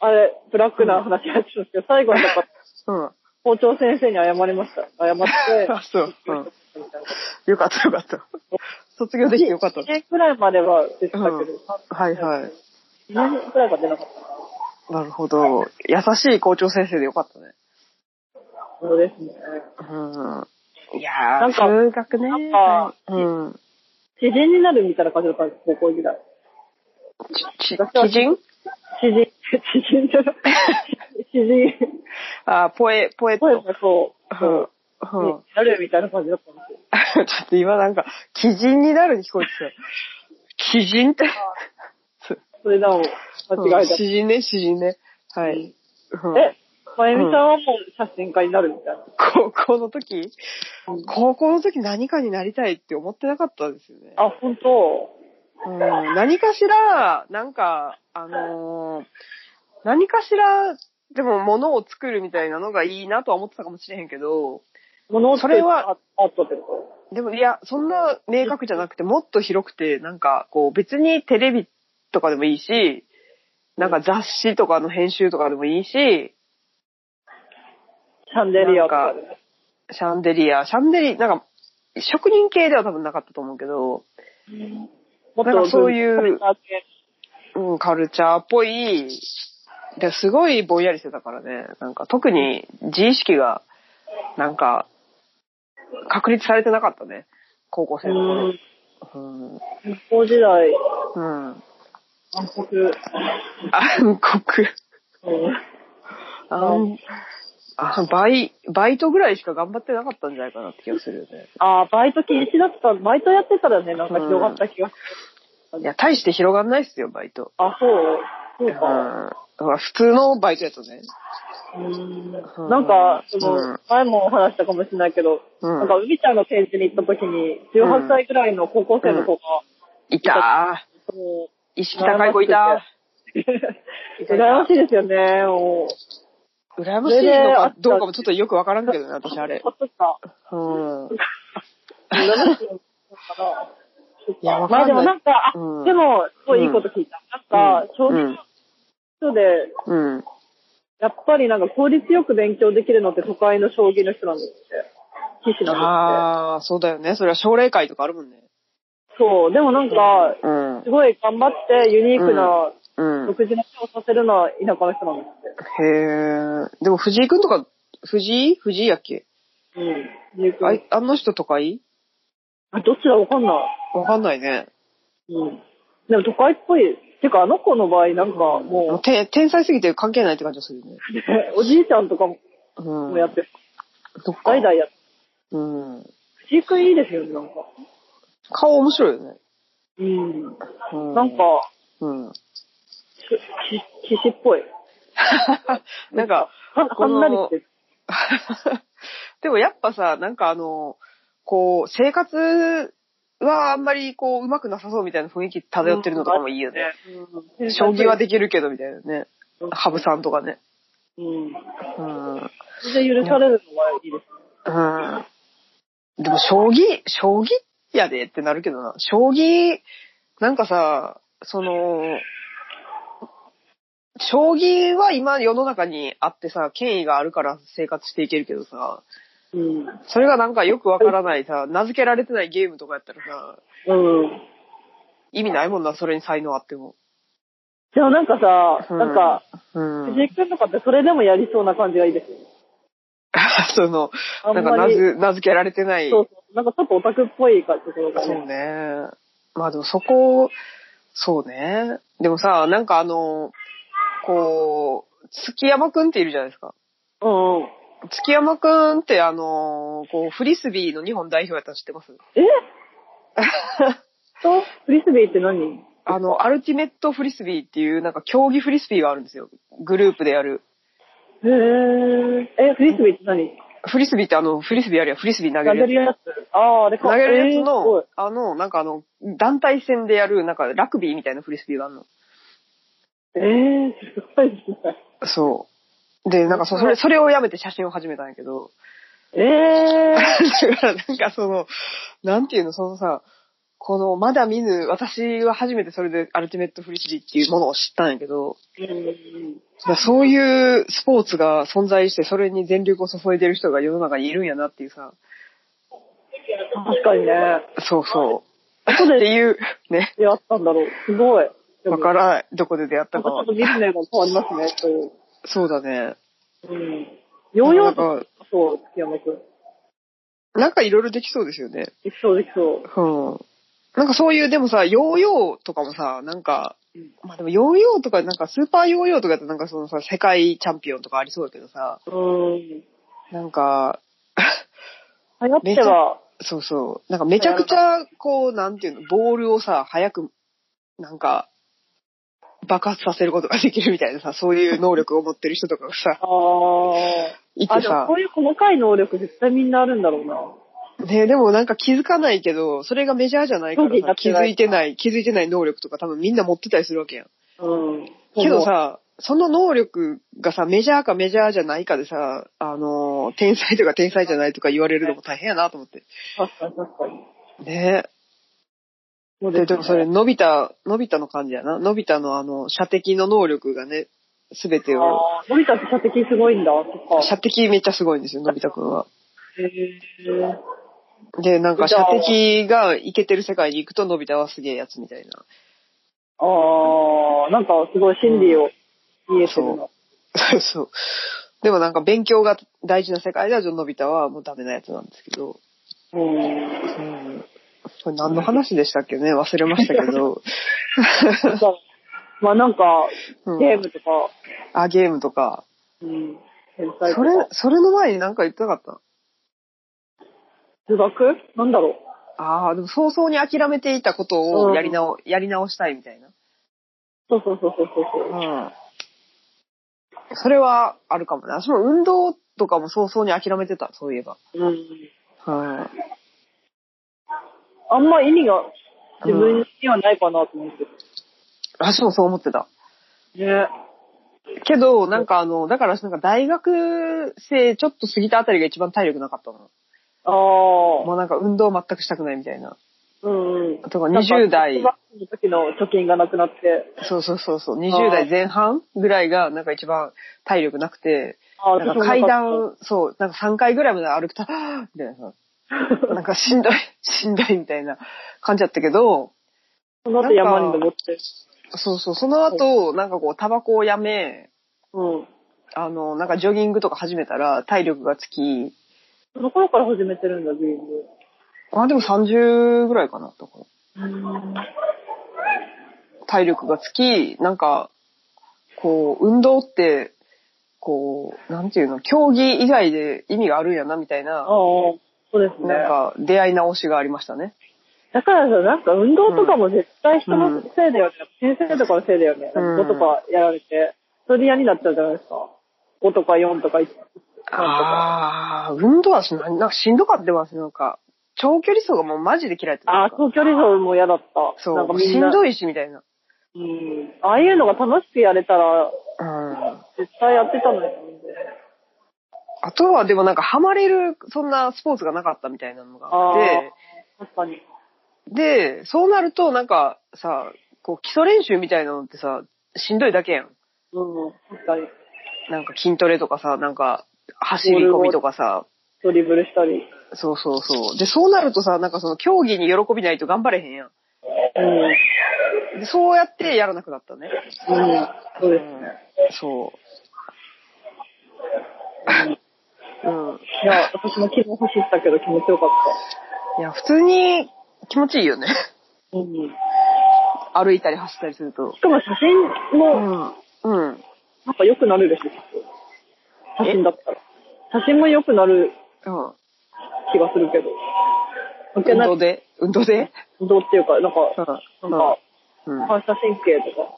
S2: あれ、ブラックな話になっちゃうんですけど、最後に なんか
S1: うん。
S2: 校長先生に謝りました。謝っ
S1: あ、
S2: て、
S1: そう。うん。よかった、よかった。卒業できてよかった
S2: 1。年くらいまでは出てたけど、
S1: うん
S2: 2
S1: はいはい。
S2: 年くらいが出なかった。
S1: なるほど。優しい校長先生でよかったね。
S2: そうですね。
S1: うん。いや
S2: な
S1: ー、
S2: んか
S1: 数学ね。
S2: なんか
S1: うん。
S2: 知人になるみたいな感じだったんです、高校時代。
S1: ち、ち、知人
S2: 知人、知人じゃない知人、
S1: あ、ポエ、ポエッ
S2: そうで
S1: ト
S2: す。ね、そう。
S1: う
S2: そ
S1: ん。う
S2: う
S1: ん。
S2: になるみたいな感じだったんですよ。
S1: ちょっと今なんか、鬼人になるに聞こえてた。鬼 人って。
S2: それでも、間違えちゃっ
S1: 詩人ね、詩人ね。はい。うん
S2: た。え、まゆみさんはもう写真家になるみたいな。
S1: 高校の時
S2: うん
S1: 高校の時何かになりたいって思ってなかったですよね。
S2: あ、本当
S1: うん、何かしら、なんか、あのー何かしら、でも物を作るみたいなのがいいなとは思ってたかもしれへんけど、
S2: 物を作
S1: それは
S2: ああったってこ
S1: でもいや、そんな明確じゃなくて、もっと広くて、なんかこう別にテレビとかでもいいし、なんか雑誌とかの編集とかでもいいし、
S2: とシャンデリアとかで
S1: なシャンデリア、シャンデリなんか職人系では多分なかったと思うけど、
S2: も
S1: なんかそういう
S2: 文化系
S1: うん、カルチャーっぽい、ですごいぼんやりしてたからね。なんか特に自意識が、なんか、確立されてなかったね。高校生の頃。
S2: うん
S1: うん。うん。
S2: 高校時代、
S1: 暗
S2: 暗黒。
S1: 黒。
S2: うん
S1: あんあ倍、バイトぐらいしか頑張ってなかったんじゃないかなって気がするよね。
S2: ああ、バイト禁止だった。バイトやってたらね、なんか広がった気がする。
S1: いや、大して広がんないっすよ、バイト。。
S2: あ、そうそううんか。
S1: ほら普通のバイトやとね。
S2: うん
S1: うん
S2: なんか、そ
S1: うん
S2: の、前もお話したかもしれないけど、
S1: うん
S2: なんか、海ちゃんの展示に行った時に、18歳くらいの高校生の子が、
S1: いたー。
S2: も
S1: 意識高い子いた
S2: う、羨ましいですよね、
S1: ー。
S2: もう。
S1: 羨ましいのかどうかもちょっとよくわからんけどね、私あれ。
S2: そっか。
S1: うん。
S2: 羨ましいのかな。
S1: いやわ
S2: ま
S1: かんない
S2: あでもなんか、あ、
S1: うん
S2: でも、すごいいいこと聞いた。なんか、将
S1: う
S2: 棋
S1: ん
S2: の人で、
S1: うん。
S2: やっぱりなんか効率よく勉強できるのって都会の将棋の人なんですって。棋士なんで
S1: ああ、そうだよね。それは奨励会とかあるもんね。
S2: すって。そう、でもなんか、
S1: うん。
S2: すごい頑張ってユニークな
S1: うん。
S2: 独自の手をさせるのは田舎の人なんです
S1: へえ。でも藤井くんとか、藤井藤井やっけ
S2: って。うん。ユニーク
S1: あいあの人都会
S2: あどっちだわかんない。
S1: わかんないね。
S2: うん。でも都会っぽい。てかあの子の場合なんか
S1: もう
S2: も
S1: て天才すぎて関係ないって感じがするね。
S2: う、 おじいちゃんとかも
S1: うん。
S2: やってる。
S1: そっか
S2: 代々やってる。
S1: うん。
S2: 飼育いいですよね、なんか。
S1: 顔面白いよね。
S2: うん。
S1: うん。
S2: なんか、
S1: うん。
S2: きき騎士っぽい。
S1: なんか、
S2: ははんなりしてる。
S1: でもやっぱさ、なんかあの、こう、生活はあんまりこう、うまくなさそうみたいな雰囲気漂ってるのとかもいいよね。
S2: うん。
S1: 将棋はできるけどみたいなね。
S2: うん
S1: 羽生さんとかね。
S2: うん。
S1: うん。うん。
S2: それで許されるのはいいですね。
S1: でも将棋、将棋やでってなるけどな。将棋、なんかさ、その、将棋は今世の中にあってさ、権威があるから生活していけるけどさ、
S2: うん。
S1: それがなんかよくわからないさ、名付けられてないゲームとかやったらさ、
S2: うん。
S1: 意味ないもんな、それに才能あっても。
S2: でもなんかさ、
S1: うん
S2: なんか、
S1: うん。
S2: 藤井君とかってそれでもやりそうな感じがいいですよね。
S1: その、
S2: あん
S1: なんか
S2: ま
S1: 名
S2: り。
S1: 付名付けられてない。
S2: そうそう。なんかちょっとオタクっぽい感じところが
S1: そう
S2: ね。
S1: ね。まあでもそこ、そうね。でもさ、なんかあの、こう、月山くんっているじゃないですか。
S2: うんうん。
S1: 月山くんってあの、こう、フリスビーの日本代表やったの知って ます
S2: えと、フリスビーって何
S1: あの、アルティメットフリスビーっていう、なんか競技フリスビーがあるんですよ。グループでやる。
S2: へー。え、フリスビーって何
S1: フリスビーってあの、フリスビーあるやんフリスビー投
S2: 投
S1: げ
S2: げ
S1: る
S2: る
S1: やつ。
S2: やつ。ああ、あれか。
S1: 投げるや
S2: え
S1: つ
S2: ーすごい
S1: の、あの、なんかあの、団体戦でやる、なんかラグビーみたいなフリスビーがあるの。
S2: えー、すごいですね。
S1: そう。で、なんかそそれ、それをやめて写真を始めたんやけど。
S2: え
S1: だからなんかその、なんていうの、そのさ、この、まだ見ぬ、私は初めてそれでアルティメットフリスビーっていうものを知ったんやけど、
S2: ー。うん
S1: だからそういうスポーツが存在して、それに全力を注いでる人が世の中にいるんやなっていうさ、
S2: 確かにね。
S1: そうそう。
S2: どこで
S1: っていう、ね。
S2: 出会ったんだろう。すごい。でも
S1: わからない。どこで出会っ
S2: な
S1: た
S2: ん
S1: か
S2: かちょ
S1: は
S2: っと。見る目が変わりますね、そういう。
S1: そうだね。
S2: うん。ヨーヨー
S1: なん
S2: と
S1: か、
S2: そう、木山くん。
S1: なんかいろいろできそうですよね。
S2: 一生できそう。
S1: うん。なんかそういう、でもさ、ヨーヨーとかもさ、なんか
S2: うん、
S1: まあでもヨーヨーとか、なんかスーパーヨーヨーとかってなんかそのさ、世界チャンピオンとかありそうだけどさ、
S2: うん。
S1: なんか、
S2: 流行っては、
S1: そうそう。なんかめちゃくちゃ、こう、なんていうの、ボールをさ、早く、なんか、爆発させることができるみたいなさ、そういう能力を持ってる人とかがさ、
S2: ああ。
S1: い
S2: あ、
S1: て
S2: でも
S1: さ
S2: こ、ういう細かい能力絶対みんなあるんだろうな。
S1: ねでもなんか気づかないけど、それがメジャーじゃないから
S2: 競技にな
S1: さ、
S2: っ
S1: 気
S2: て
S1: づ
S2: ない
S1: いてない、気づいてない能力とか多分みんな持ってたりするわけやん。
S2: うん。
S1: けど、さ、その能力がさ、メジャーかメジャーじゃないかでさ、あのー、天才とか天才じゃないとか言われるのも大変やなと思って。
S2: 確かに確かに。
S1: ね
S2: もう
S1: で、でもそれ、
S2: ね、
S1: のび太、のび太の感じやな。のび太のあの、射的の能力がね、すべてを、
S2: ああ、森田って射的すごいんだ、そっか。
S1: 射的めっちゃすごいんですよ、のび太くんは。
S2: へー
S1: で、なんか
S2: じゃ
S1: 射
S2: あ
S1: 的がいけてる世界に行くと、のび太はすげえやつみたいな。
S2: ああ、なんかすごい心理を見えてる
S1: そ
S2: の。
S1: そう そう。でもなんか勉強が大事な世界では、のび太はもうダメなやつなんですけど。
S2: うん。
S1: うん。これ何の話でしたっけね忘れましたけ ど。
S2: なんかまあなんか、
S1: うん
S2: ゲームとか、
S1: あ、ゲームとか。
S2: うん。天才と
S1: それ
S2: か、。
S1: それの前に何か言ってなかっ
S2: 数学なんだろう。
S1: たああ、でも早々に諦めていたこと
S2: う
S1: を
S2: ん
S1: やり直、やり直したいみたいな。
S2: そうそうそうそうそう。
S1: うん。それはあるかもね。私も運動とかも早々に諦めてた、そういえば。
S2: うん。
S1: は
S2: あんま意味が
S1: うん
S2: 自分にはないかなと思って。
S1: い。私もそう思ってた。
S2: ね。
S1: けど、なんかあの、だからなんか大学生ちょっと過ぎたあたりが一番体力なかったの。
S2: ああ。
S1: もうなんか運動全くしたくないみたいな。
S2: うんうん。
S1: とか20代
S2: なんか小学校の時の貯金がなくなって。
S1: そうそうそうそう。
S2: あ
S1: 20
S2: ー
S1: 代前半ぐらいが、なんか一番体力なくて、
S2: あ
S1: なんか階。 段、そう、なんか3回ぐらいまで歩くと、はぁみたいなさ、なんかしんどい、 しんどいみたいな感じだったけど、
S2: その後山に登って。
S1: そうそう、その後、なんかこう、タバコをやめ、
S2: うん。
S1: あの、なんかジョギングとか始めたら体力がつき、
S2: その頃から始めてるんだ、ジーンズ。
S1: あ、でも30ぐらいかな、とか。体力がつき、なんか、こう、運動って、こう、なんていうの、競技以外で意味があるんやな、みたい
S2: ああ
S1: な、、
S2: そうですね。
S1: なんか、出会い直しがありましたね。
S2: だからさ、なんか運動とかも絶対人のせいだよね。先生とかのせいだよね。
S1: うん
S2: 5とかやられて。それで嫌になっちゃうじゃないですか。5とか4とか1とか。
S1: ああ、運動はし、なんかしんどかったます、なんか。長距離走がもうマジで嫌いだった。
S2: ああ、長距離走も嫌だった。
S1: そ
S2: なんか
S1: う、
S2: み
S1: し
S2: ん
S1: ん
S2: な。
S1: どいし、みたいな。
S2: うん。ああいうのが楽しくやれたら、
S1: うん。
S2: 絶対やってたのに。
S1: あとは、でもなんか、ハマれる、そんなスポーツがなかったみたいなのがあって、
S2: 確かに。
S1: で、そうなると、なんかさ、こう、基礎練習みたいなのってさ、しんどいだけやん。
S2: うん、確かに。
S1: なんか筋トレとかさ、なんか、走り込みとかさ、
S2: ドリブルしたり。
S1: そうそうそう。で、そうなるとさ、なんかその競技に喜びないと頑張れへんや
S2: うん。うん。
S1: ん。でそうやってやらなくなったね。
S2: そう
S1: う
S2: です
S1: ん
S2: ね。。
S1: そう。うん。
S2: いや、私も昨日走ったけど気持ちよかっ
S1: いや、普通に気持ちいいよね。
S2: た。うん。
S1: 歩いたり走ったりすると。
S2: しかも写真
S1: う
S2: も、
S1: ん。うん。
S2: なんか良くなるでしょ、きっと写真だったら。写真も良くなる
S1: うん。
S2: 気がするけど。関係
S1: 運
S2: ない
S1: 動で運動で
S2: 運動っていうか、なんか、
S1: う
S2: なんか、
S1: ん。うん。
S2: 反射神経とか。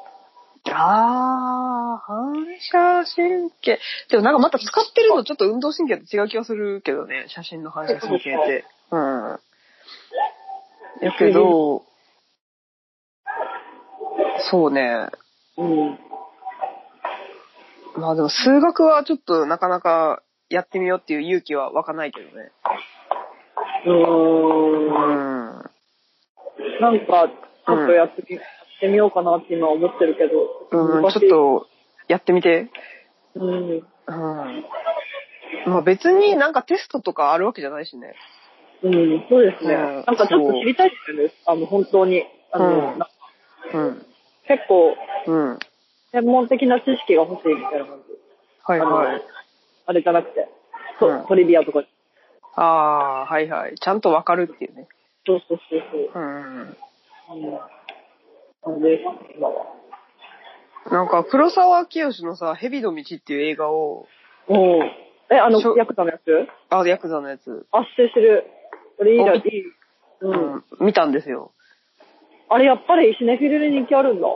S1: ああ。あ、反射神経。でもなんかまた使ってるのちょっと運動神経と違う気がするけどね、写真の反射神経って。うん。やけど、そうね。
S2: うん。
S1: まあでも数学はちょっとなかなかやってみようっていう勇気は湧かないけどね。う
S2: うーん。
S1: ん。
S2: なんか、ちょっとやってみ、やってみようかなって今思ってるけど。
S1: うん、
S2: 難し
S1: ち
S2: い
S1: ょっとやってみて。
S2: うん。
S1: うん。まあ別になんかテストとかあるわけじゃないしね。
S2: うん、そうですね。
S1: うん
S2: なんかちょっと知りたいですよね。あの、本当に。あの、
S1: うん
S2: なんか
S1: うん。
S2: 結構、
S1: うん。
S2: 専門的な知識が欲しいみたいな感じ。
S1: はいはい。
S2: あれじゃなくて、そ
S1: うん
S2: トリビアとか。
S1: ああ、はいはい。ちゃんとわかるっていうね。
S2: そうそうそうそう。
S1: うん。
S2: うん。で、今は。
S1: なんか黒沢清のさ、蛇の道っていう映画を、
S2: おーえ、あの
S1: しょ、
S2: ヤクザのやつ
S1: あ、ヤクザのやつ、
S2: あ、知ってる知ってる。俺いい
S1: あ
S2: だ、い
S1: 見
S2: い。
S1: う
S2: うん。
S1: ん、見たんですよ。
S2: あれ、やっぱりシネフィルで人気あるんだ。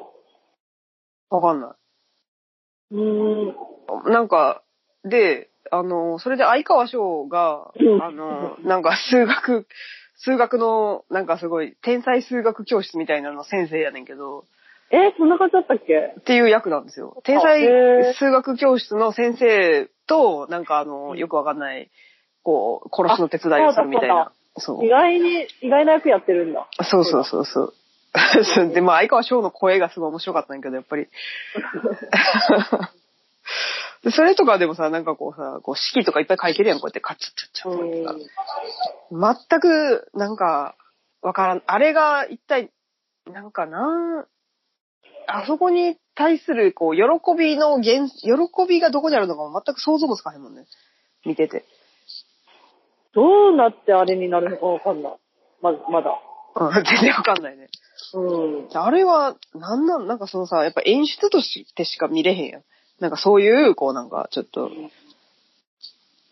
S1: わかんな
S2: うーん。
S1: い。なんか、で、あの、それで相川翔が
S2: う、ん
S1: あの、なんか数学、数学の、なんかすごい、天才数学教室みたいなの先生やねんけど、
S2: え、そんな感じだったっけ
S1: っていう役なんですよ。天
S2: あ
S1: 才
S2: へー
S1: 数学教室の先生と、なんかあの、
S2: うん
S1: よくわかんない、こう、殺しの手伝いをするみたいな。そう
S2: 意外に、意外な役やってるんだ。
S1: そうそうそうそう。 で、まあ、相川翔の声がすごい面白かったんやけど、やっぱ り。でそれとかでもさ、なんかこうさ、こう式とかいっぱい書いてるやん、こうやってカッチャッチャッチャッとか
S2: う
S1: って
S2: ん。
S1: さ。全く、なんか、わからん。あれが一体、なんかなん、あそこに対する、こう、喜びの原、喜びがどこにあるのかも全く想像もつかへんもんね。見てて。
S2: どうなってあれになるのかわかんない。ま、まだ。
S1: うん、 全然わかんないね。
S2: うん。
S1: あれは、なんなん、なんかそのさ、やっぱ演出としてしか見れへんやん。なんかそういう、こうなんかちょっと、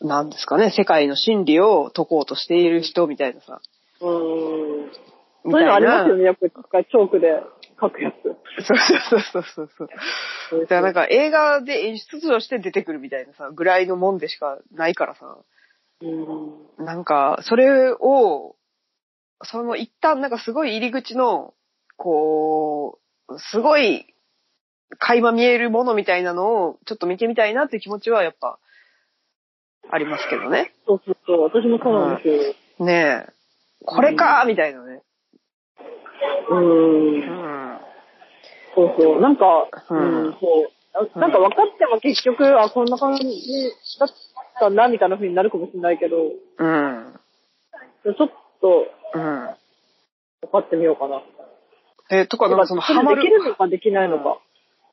S1: なんですかね、世界の真理を解こうとしている人みたいなさ。
S2: うん。
S1: み
S2: そ
S1: た
S2: う
S1: いう
S2: いの
S1: な
S2: ありますよね、よく、チョークで書くやつ。
S1: そうそうそうそうそう。だからなんか映画で演出として出てくるみたいなさ、ぐらいのもんでしかないからさ。
S2: うん。
S1: なんか、それを、その一旦、なんかすごい入り口の、こう、すごい、垣間見えるものみたいなのを、ちょっと見てみたいなっていう気持ちは、やっぱ、ありますけどね。
S2: そうそうそう、私もそうなんですよ。
S1: ねえ。これかーみたいなね。
S2: うん。
S1: うん。
S2: そうそう。なんか、
S1: う
S2: うんん、そう。なんか分かっても結局、あ、こんな感じだったな、みたいな風になるかもしれないけど、
S1: うん。
S2: ちょっと
S1: うん。
S2: 分かってみようかな。
S1: え、とか、なんかその、
S2: それ
S1: ハマ
S2: できる
S1: る。
S2: のかできないのか、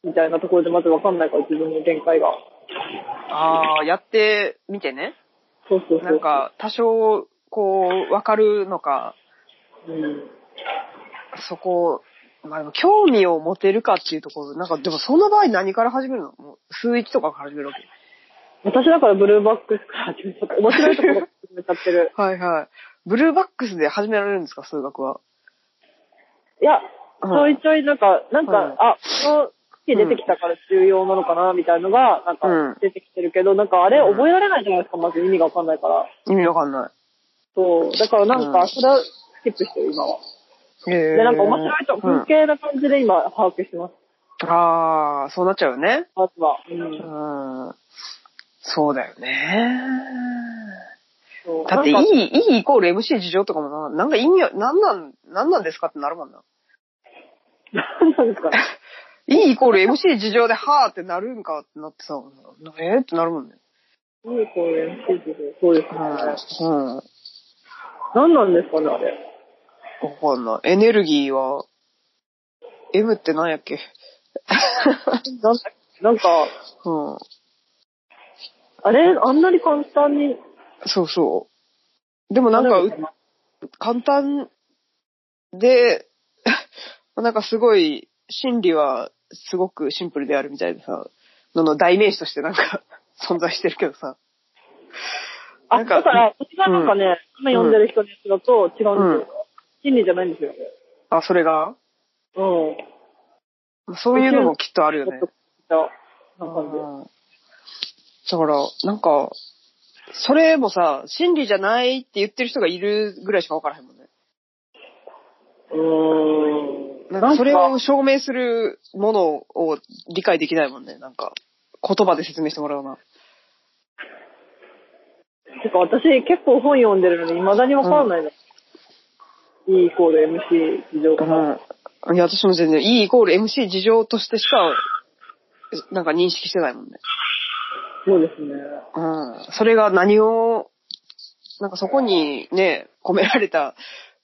S2: みたいなところでまず分かんないから、自分の限界が。
S1: ああ、やってみてね。
S2: そうそうそ
S1: な
S2: う。
S1: ん、か、多少、こう、わかるのか、
S2: うん。
S1: そこ、まあ、でも興味を持てるかっていうところ、なんか、でもその場合何から始めるのもう数一とかから始めるわけ。
S2: 私だからブルーバックスから始めちゃった。面白いところから始めちゃってる。
S1: はいはい。ブルーバックスで始められるんですか、数学は。
S2: いや、
S1: うん
S2: ちょいちょいなんか、なん
S1: うん
S2: か、あ、この月出てきたから重要なのかな、みたいのが、なん
S1: うん
S2: か出てきてるけど、なんかあれ
S1: うん
S2: 覚えられないじゃないですか、まず意味がわかんないから。
S1: 意味わかんな
S2: そう。だからなん
S1: うん
S2: か、それはスキップしてる、今は。
S1: い。へ
S2: で、なんか面白いと、
S1: うん
S2: 文系な感じで今、把握してます。
S1: ああ、そうなっちゃうよね。
S2: まずは。う。
S1: うんん。そうだよね。
S2: そう
S1: だって、い
S2: なんか
S1: い、いいイコール MC 事情とかもな、なんか意味は、なんなん、なんなんですかってなるもんな。
S2: なんなんですかね。
S1: いいイコール MC 事情で、はーってなるんかってなってさ、えー、ってなるもんね。
S2: いい公演、いいですねそうですね。
S1: うん。うん。
S2: なんなんですかね、あれ。
S1: わかんない。エネルギーは、M ってなんやっけ
S2: なんなんか、
S1: うん。
S2: あれ、あんなに簡単に。
S1: そうそう。でもなんか、う簡単で、 なんかすごい、心理はすごくシンプルであるみたいなさ、のの代名詞としてなんか 存在してるけどさ。
S2: あ、
S1: なん
S2: だ
S1: か
S2: から、こちらなんかね、今読んでる人のやつだと違うんですよ。心理じゃないんですよ。
S1: あ、それが
S2: うん。
S1: そういうのもきっとあるよ
S2: ちょ
S1: ね
S2: っ。と、な感じ。
S1: うんだから、なんか、それもさ、真理じゃないって言ってる人がいるぐらいしかわからへんもんね。
S2: うーん。
S1: なんかそれ
S2: なん
S1: を証明するものを理解できないもんね。なんか、言葉で説明してもらうな。
S2: てか私結構本読んでるのに未だにわかんないの。E イコール MC 事情かな。
S1: うん。いや、私も全然、E イコール MC 事情としてしか、なんか認識してないもんね。
S2: そうですね。
S1: うん。それが何を、なんかそこにね、込められた、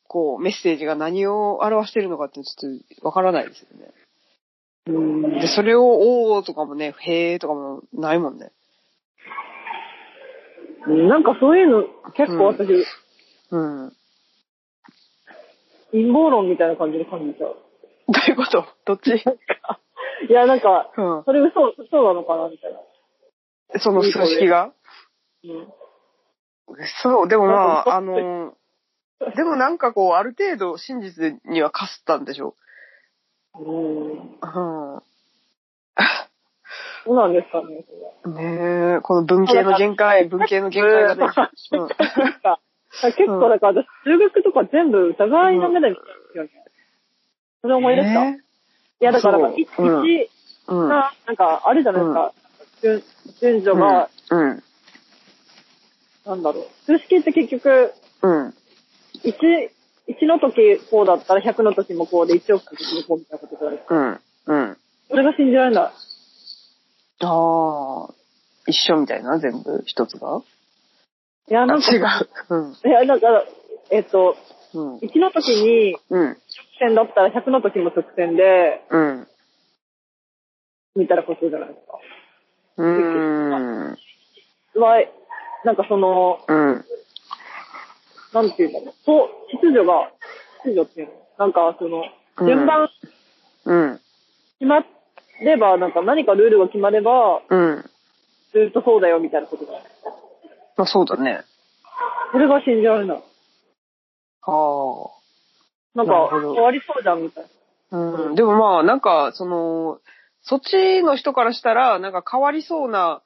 S1: こう、メッセージが何を表してるのかってちょっとわからないですよね。
S2: うーん。
S1: で、それを、おーとかもね、へーとかもないもんね。
S2: うんなんかそういうの結構私、
S1: うん。ど
S2: 陰謀論みたいな感じで感じちゃう。
S1: ういうことどっち
S2: いや、なんか、
S1: うん
S2: それ嘘、嘘なのかなみたいな。
S1: その数式が
S2: うん。
S1: そう、でもま
S2: なん か
S1: あ、あの、でもなんかこう、ある程度真実にはかすったんでしょ
S2: うん。
S1: う
S2: そうなんですかね、それ。
S1: ん。ねえ、この文系の限 界、文系の限界がね。うん
S2: なんか結構、だから私、数学とか全部疑いの目で見たんですよね。それ思い出した。い
S1: ね
S2: や、だから、
S1: そう
S2: 1、
S1: うん
S2: 1
S1: えうん。
S2: が、なんか、あるじゃないですか。順順序が、
S1: うん。
S2: なんだろう。数式って結局、
S1: うん。
S2: 1、1の時こうだったら100の時もこうで、1億の時もこうみたいなことじゃないですか。
S1: うん。うん。
S2: それが信じられない。
S1: ああ、一緒みたいな、全部、一つが。
S2: いや、
S1: あ、
S2: なんか、
S1: 違。
S2: いう
S1: うん。
S2: や、だから、えっと、
S1: うん。
S2: 1の時に
S1: うん。
S2: 直線だったら100の時も直線で、
S1: うん。
S2: みたいなことじゃないですか。
S1: うーん。
S2: は、なんかその、
S1: うん。
S2: なんていうんだろう。そう、秩序が、秩序っていうのなんかその、
S1: うん
S2: 順番
S1: うん。
S2: 決まれば、なんか何かルールが決まれば、
S1: うん。
S2: ずっとそうだよみたいなことだ。
S1: まあそうだね。
S2: それが信じられない。
S1: は
S2: なん
S1: なる
S2: か、
S1: ほ
S2: 変
S1: ど
S2: わりそうじゃんみたい
S1: あ。
S2: な。
S1: うん。でもまあ、なんか、その、そっちの人からしたら、なんか変わりそうな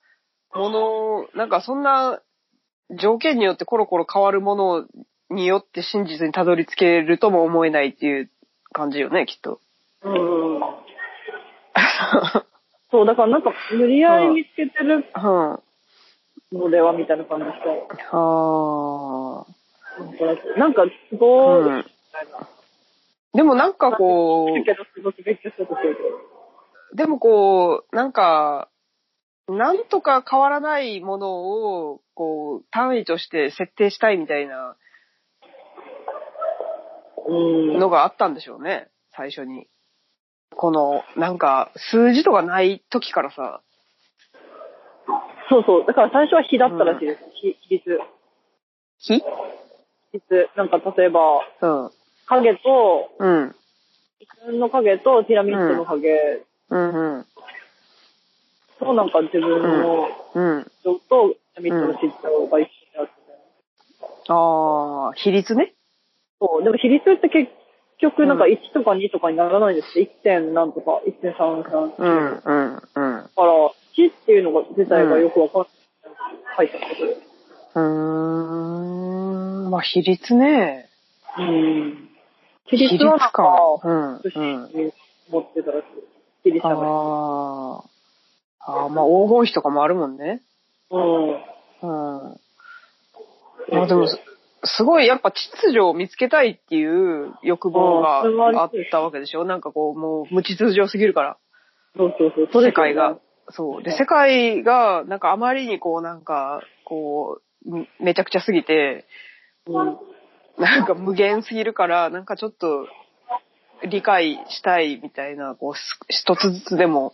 S1: もの、なんかそんな条件によってコロコロ変わるものによって真実にたどり着けるとも思えないっていう感じよね、きっと。
S2: うん。そう、だからなんか、無理やり見つけてる
S1: うん。は
S2: のではみたいな感じで
S1: あ。
S2: した。なんか、すごい、
S1: うん。でもなんかこう
S2: だ、けど、すごく勉強したとき
S1: でもこう、なんか、なんとか変わらないものを、こう、単位として設定したいみたいな
S2: うん。
S1: のがあったんでしょうね、最初に。この、なんか、数字とかない時からさ、
S2: そうそう。だから最初は比だったらしいです。比、比率。
S1: 日
S2: 比率。なんか例えば、
S1: うん。
S2: 影と、
S1: うん。
S2: 自分の影とティラミッドの影
S1: うんうん。
S2: と、なんか自分の
S1: うん。
S2: 人とティラミッドの身長が一緒になってて。
S1: ああ、比率ね。
S2: そう。でも比率って結局なんか1とか2とかにならないですって。1点なんとか、1.33。
S1: う。ん、うん、うん。
S2: だから、1っていうのが自体がよくわかんない。書いてある
S1: うーん、まあ、比率ね。
S2: うん。比
S1: 比
S2: 率はなんか、
S1: うん、うん。
S2: 持ってたらしい。比率
S1: あ
S2: だから。
S1: あ。ああ、まあ、黄金比とかもあるもんね。
S2: うん。
S1: うん。まあでも、すすごいやっぱ秩序を見つけたいっていう欲望があったわけでしょなんかこう、もう無秩序すぎるから、
S2: そうそうそう。
S1: 世界が。。そう。で、世界が、なんかあまりにこう、なんか、こう、めめちゃくちゃすぎて、
S2: うん。
S1: なんか無限すぎるから、なんかちょっと理解したいみたいな、こう、す一つずつでも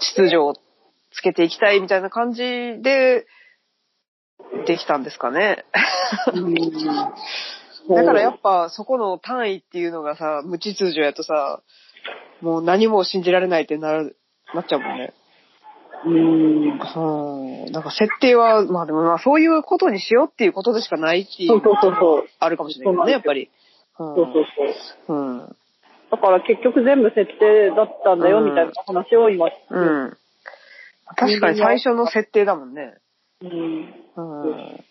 S1: 秩序をつけていきたいみたいな感じで、できたんですかね。だからやっぱそこの単位っていうのがさ、無秩序やとさ、もう何も信じられないってなる、なっちゃうもんね。
S2: うん。
S1: うん。なんか設定は、まあでもまあそういうことにしようっていうことでしかないってい
S2: そう
S1: う、
S2: そうそうそう。
S1: あるかもしれないけどね、やっぱり。うん
S2: そうそうそう。
S1: うん。
S2: だから結局全部設定だったんだよみたいな話を今、
S1: うん。確かに最初の設定だもんね。
S2: うん。
S1: うん。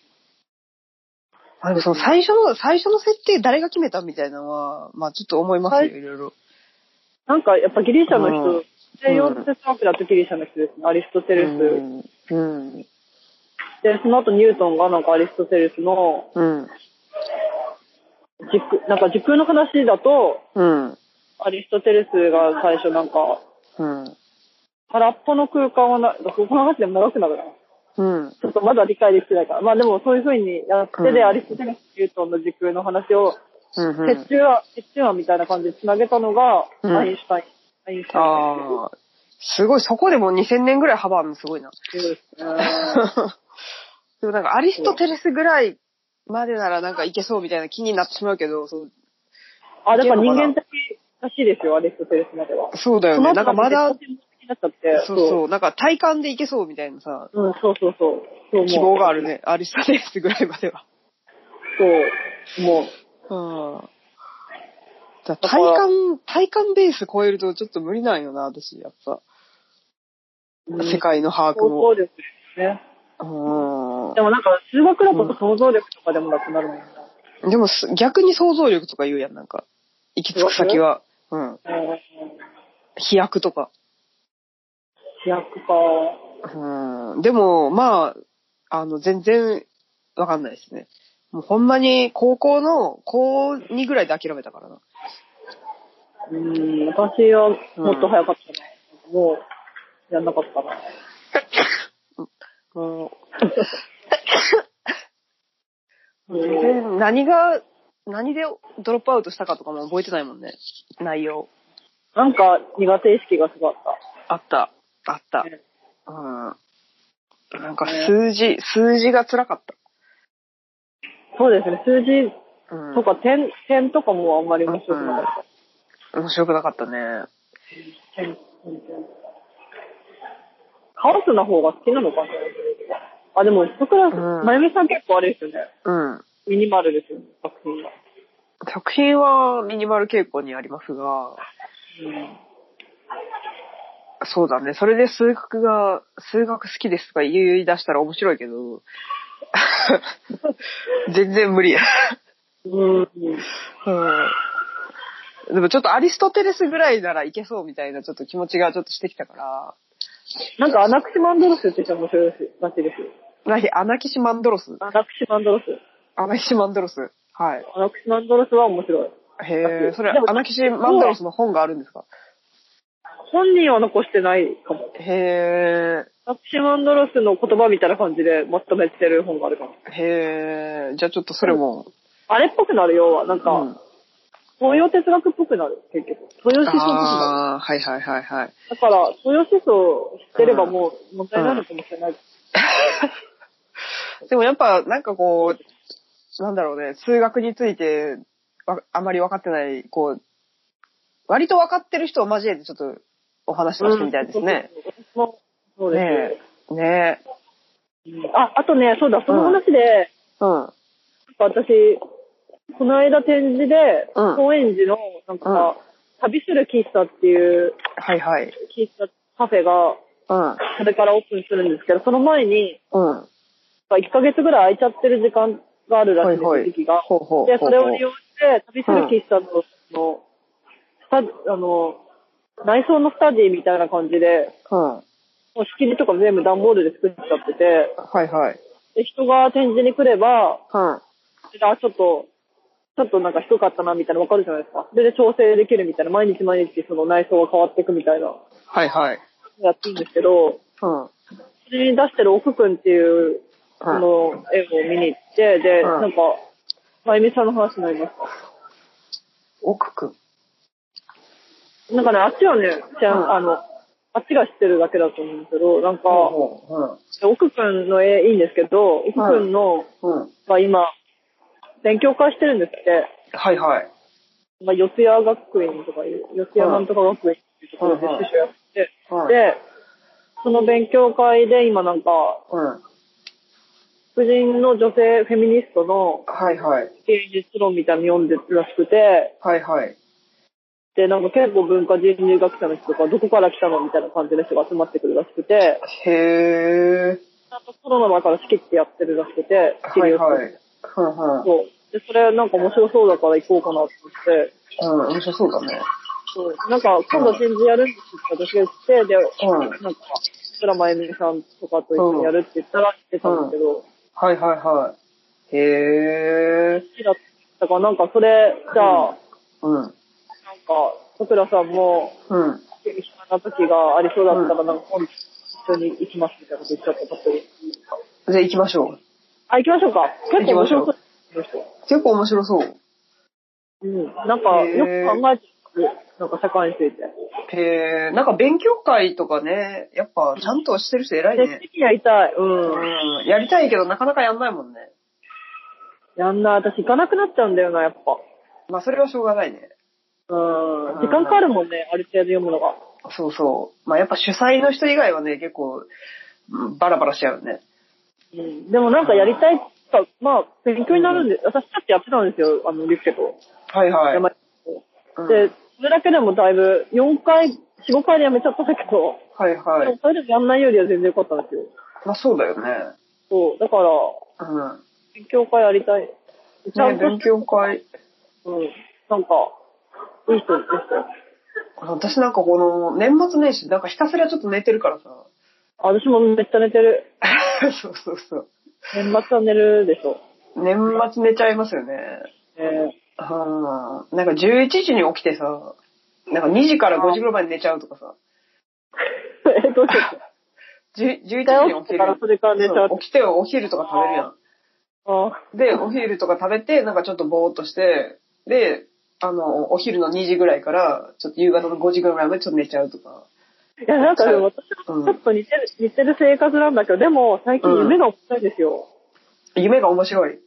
S1: あでもその最初の、最初の設定誰が決めたみたいなのは、まあちょっと思います
S2: は
S1: よ、
S2: い
S1: いろいろ。
S2: なんか、やっぱギリシャの
S1: う
S2: 人、
S1: ん
S2: 西洋哲学だとギリシャの人ですね。アリストテ
S1: う
S2: レ
S1: ん。
S2: ス。
S1: うん。
S2: で、その後ニュートンがなんかアリストテレスの
S1: うん。
S2: 軸、なんか時空の話だと、
S1: うん。
S2: アリストテレスが最初なんか、
S1: うん。空
S2: 空っぽの空間はな、この話でも長くなるな。
S1: うん。
S2: ちょっとまだ理解できてないから。まあでもそういうふうにやってで、
S1: うん
S2: アリストテレス、ニュートンの時空の話を、
S1: うん。う
S2: 折
S1: ん。
S2: 衷案、折衷案みたいな感じで繋げたのが、
S1: うん
S2: アインシュタイン。アインシュタイン
S1: ああ。すごい、そこでもう2000年ぐらい幅あるのすごいな。
S2: っていう。うん
S1: でもなんかアリストテレスぐらいまでならなんかいけそうみたいな気になってしまうけど、そう
S2: あ、だから人間的らしいですよ、アリストテレスまでは。
S1: そうだよね。なんかまだ
S2: その後、絶対人間的になっちゃって。
S1: そうそう、なんか体感でいけそうみたいなさ、
S2: う。うん、そうそうそう。そう思う
S1: 希望がある。ね。アリストテレスぐらいま では。
S2: そう。もう。
S1: うん。だから体感、体感ベース超えるとちょっと無理なんよな、私、やっぱ。
S2: うん
S1: 世界の把握
S2: 想
S1: も。
S2: 像力ですね。
S1: うん
S2: でもなんか、数学だと想像力とかでもなくなるもんね。
S1: でもす逆に想像力とか言うやん、なんか。行き着く先は。うん。
S2: うん。
S1: 飛躍とか。
S2: 飛躍か。
S1: うん。でも、まあ、あの、全然わかんないですね。もうほんまに高校の高2ぐらいで諦めたからな。
S2: うん、私はもっと早かったな。もう、やんなかったな。
S1: もう、
S2: うん
S1: 全然何が、何でドロップアウトしたかとかも覚えてないもんね。内容。
S2: なんか苦手意識がすごかっ
S1: あった。あった
S2: た。。ね
S1: うん。なんか数字、数字が辛かっ
S2: そうですね、数字
S1: た。うん。
S2: とか点、点とかもあんまり面白くなかっ
S1: 面白くなかったね。
S2: た。点、点、点。カオスな方が好きなのかなあ、でも、そこら、
S1: うん
S2: まゆみさん結構あれですよね。
S1: うん。
S2: ミニマルですよね、作品が。
S1: 作品はミニマル傾向にありますが、そうだね。それで数学が、数学好きですとか言い出したら面白いけ ど、全然無理や。
S2: うん。うん。
S1: うん。でもちょっとアリストテレスぐらいならいけそうみたいなちょっと気持ちがちょっとしてきたから、
S2: なんか、アナクシマンドロスって人面白いらしいですよ。
S1: 何アナキシマンドロス
S2: アナクシマンドロス。
S1: アナキシマンドロス。はい。
S2: アナクシマンドロスは面白い。
S1: へえ、それ
S2: でも
S1: アナキシマンドロスの本があるんですか
S2: 本人は残してないかも。
S1: へえ、
S2: アナクシマンドロスの言葉みたいな感じでまとめてる本があるかも。
S1: へえ、じゃあちょっとそれも、
S2: あれっぽくなるよ、なんか、
S1: うん
S2: 東洋哲学っぽくなる、結局。東洋思想っぽくなる。
S1: ああ、はいはいはいはい。
S2: だから、東洋思想を知ってればもう問題なのかもしれない。
S1: でもやっぱなんかこう、なんだろうね、数学についてわあまり分かってない、こう、割と分かってる人を交えてちょっとお話ししてみたいですね。
S2: うん。そうで
S1: ねえ。
S2: す
S1: ねえ。
S2: うんあ、あとね、そうだ、その話で、
S1: うん。
S2: なんか私、この間展示で、
S1: うん
S2: 高円寺の、なんか、旅する喫茶っていう、
S1: はいはい。
S2: 喫茶カフェが、
S1: うん。
S2: これからオープンするんですけど、その前に、
S1: うん。
S2: 1ヶ月ぐらい空いちゃってる時間があるらしいんですよ、
S1: はいはい
S2: 時期が。
S1: ほうほう
S2: で、
S1: ほうほう
S2: それを利用して、旅する喫茶の、のスタあの、内装のスタジーみたいな感じで、
S1: うん。は
S2: もう仕切りとか全部段ボールで作っちゃってて、
S1: いはい。
S2: で、人が展示に来れ
S1: うん。
S2: ば、あ、ちょっと、ちょっとなんか低かったなみたいなのわかるじゃないですか。それで調整できるみたいな、毎日毎日その内装が変わっていくみたいな、
S1: はいはい。
S2: やってるんですけど、
S1: うん。うん。
S2: それに出してる奥くんっていう、そ
S1: うん
S2: の絵を見に行って、で、
S1: うん
S2: なんか、まゆみさんの話になりました。
S1: 奥くん。
S2: なんかね、あっちはね、じゃ
S1: うん
S2: あ、あの、あっちが知ってるだけだと思うんですけど、なんか、
S1: ほうほ
S2: 奥くんの絵いいんですけど、奥くんの、
S1: ううん。うん。
S2: が今、勉強会してるんですって、
S1: はいはい。
S2: まあ、四谷学院とかいう、四谷なんとか学院っていうところで
S1: うん
S2: 師匠やって、
S1: うん
S2: で、その勉強会で今なんか、
S1: うん。
S2: 黒人の女性フェミニストの
S1: はいはい。
S2: 芸術論みたいなの読んでるらしくて、
S1: はいはい。
S2: で、なんか結構文化人類学者の人とか、どこから来たのみたいな感じの人が集まってくるらしくて、
S1: へー。
S2: あとコロナだから仕切ってやってるらしくて、仕切
S1: は
S2: り
S1: い
S2: をする
S1: はい。はい
S2: そう。で、それなんか面白そうだから行こうかなって言って、
S1: はい。うん、面白そうだね。
S2: そう。なんか、今度人事やるんですって私が言って、で、
S1: うん
S2: なんか、空真由美さんとかと一緒にやるって言ったら来てたんですけど、好
S1: はいはいはい。へー。
S2: きだったから、なんかそれ、じゃあ、なんか、
S1: うん。
S2: さくらさんも、
S1: うん。
S2: 暇な時がありそうだったら、なんか今度一緒に行きますみたいなこと言っちゃったっぽい
S1: じゃあ行きましょう。
S2: あ、行きましょうか。結構面白そうですよ。
S1: 結構面白そう。
S2: うん。なんか、
S1: へー
S2: よく考えてる。なんか社会について。
S1: へー。なんか勉強会とかね、やっぱちゃんとしてる人偉い
S2: で、
S1: ね。
S2: 次やりたい。う。
S1: うんん。やりたいけどなかなかやんないもんね。
S2: やんな、私行かなくなっちゃうんだよな、やっぱ。
S1: まあそれはしょうがないね。
S2: うん
S1: うん
S2: 時間かかるもんね、ある程度読むのが。
S1: そうそう。まあやっぱ主催の人以外はね、結構、うんバラバラしちゃうね。
S2: うん、でもなんかやりたいっつか、まあ、勉強になるんで、私たちやってたんですよ、あの、リュッケと。
S1: はいはい。
S2: 山井
S1: う
S2: と。
S1: ん
S2: で、それだけでもだいぶ、4回、4、5回でやめちゃったんだけど、
S1: はいは
S2: でも
S1: い。
S2: それでもやんないよりは全然良かったんですよ。
S1: まあそうだよね。
S2: そう、だから、
S1: うん。
S2: 勉強会やりたい。ちゃ
S1: ね、
S2: んと、
S1: 勉強会。
S2: うん、なんか、いい人でしたよ。
S1: 私なんかこの年末年始、なんかひたすらちょっと寝てるからさ。
S2: あ私もめっちゃ寝てる。
S1: そうそうそう。
S2: 年末は寝るでしょ。
S1: 年末寝ちゃいますよね。
S2: えー
S1: うん。なんか11時に起きてさ、なんか2時から5時ぐらいまで寝ちゃうとかさ。
S2: え、どうしよう。
S1: 10 11時に起きる。
S2: それから寝ちゃう
S1: そう起きてお昼とか食べるやん。
S2: あ
S1: で、お昼とか食べて、なんかちょっとぼーっとして、で、あの、お昼の2時ぐらいから、ちょっと夕方の5時ぐらいまでちょっと寝ちゃうとか。
S2: いや、なんかでも私
S1: うん
S2: もちょっと似てる、似てる生活なんだけど、でも最近夢が遅いですよ。
S1: 夢が面白 い。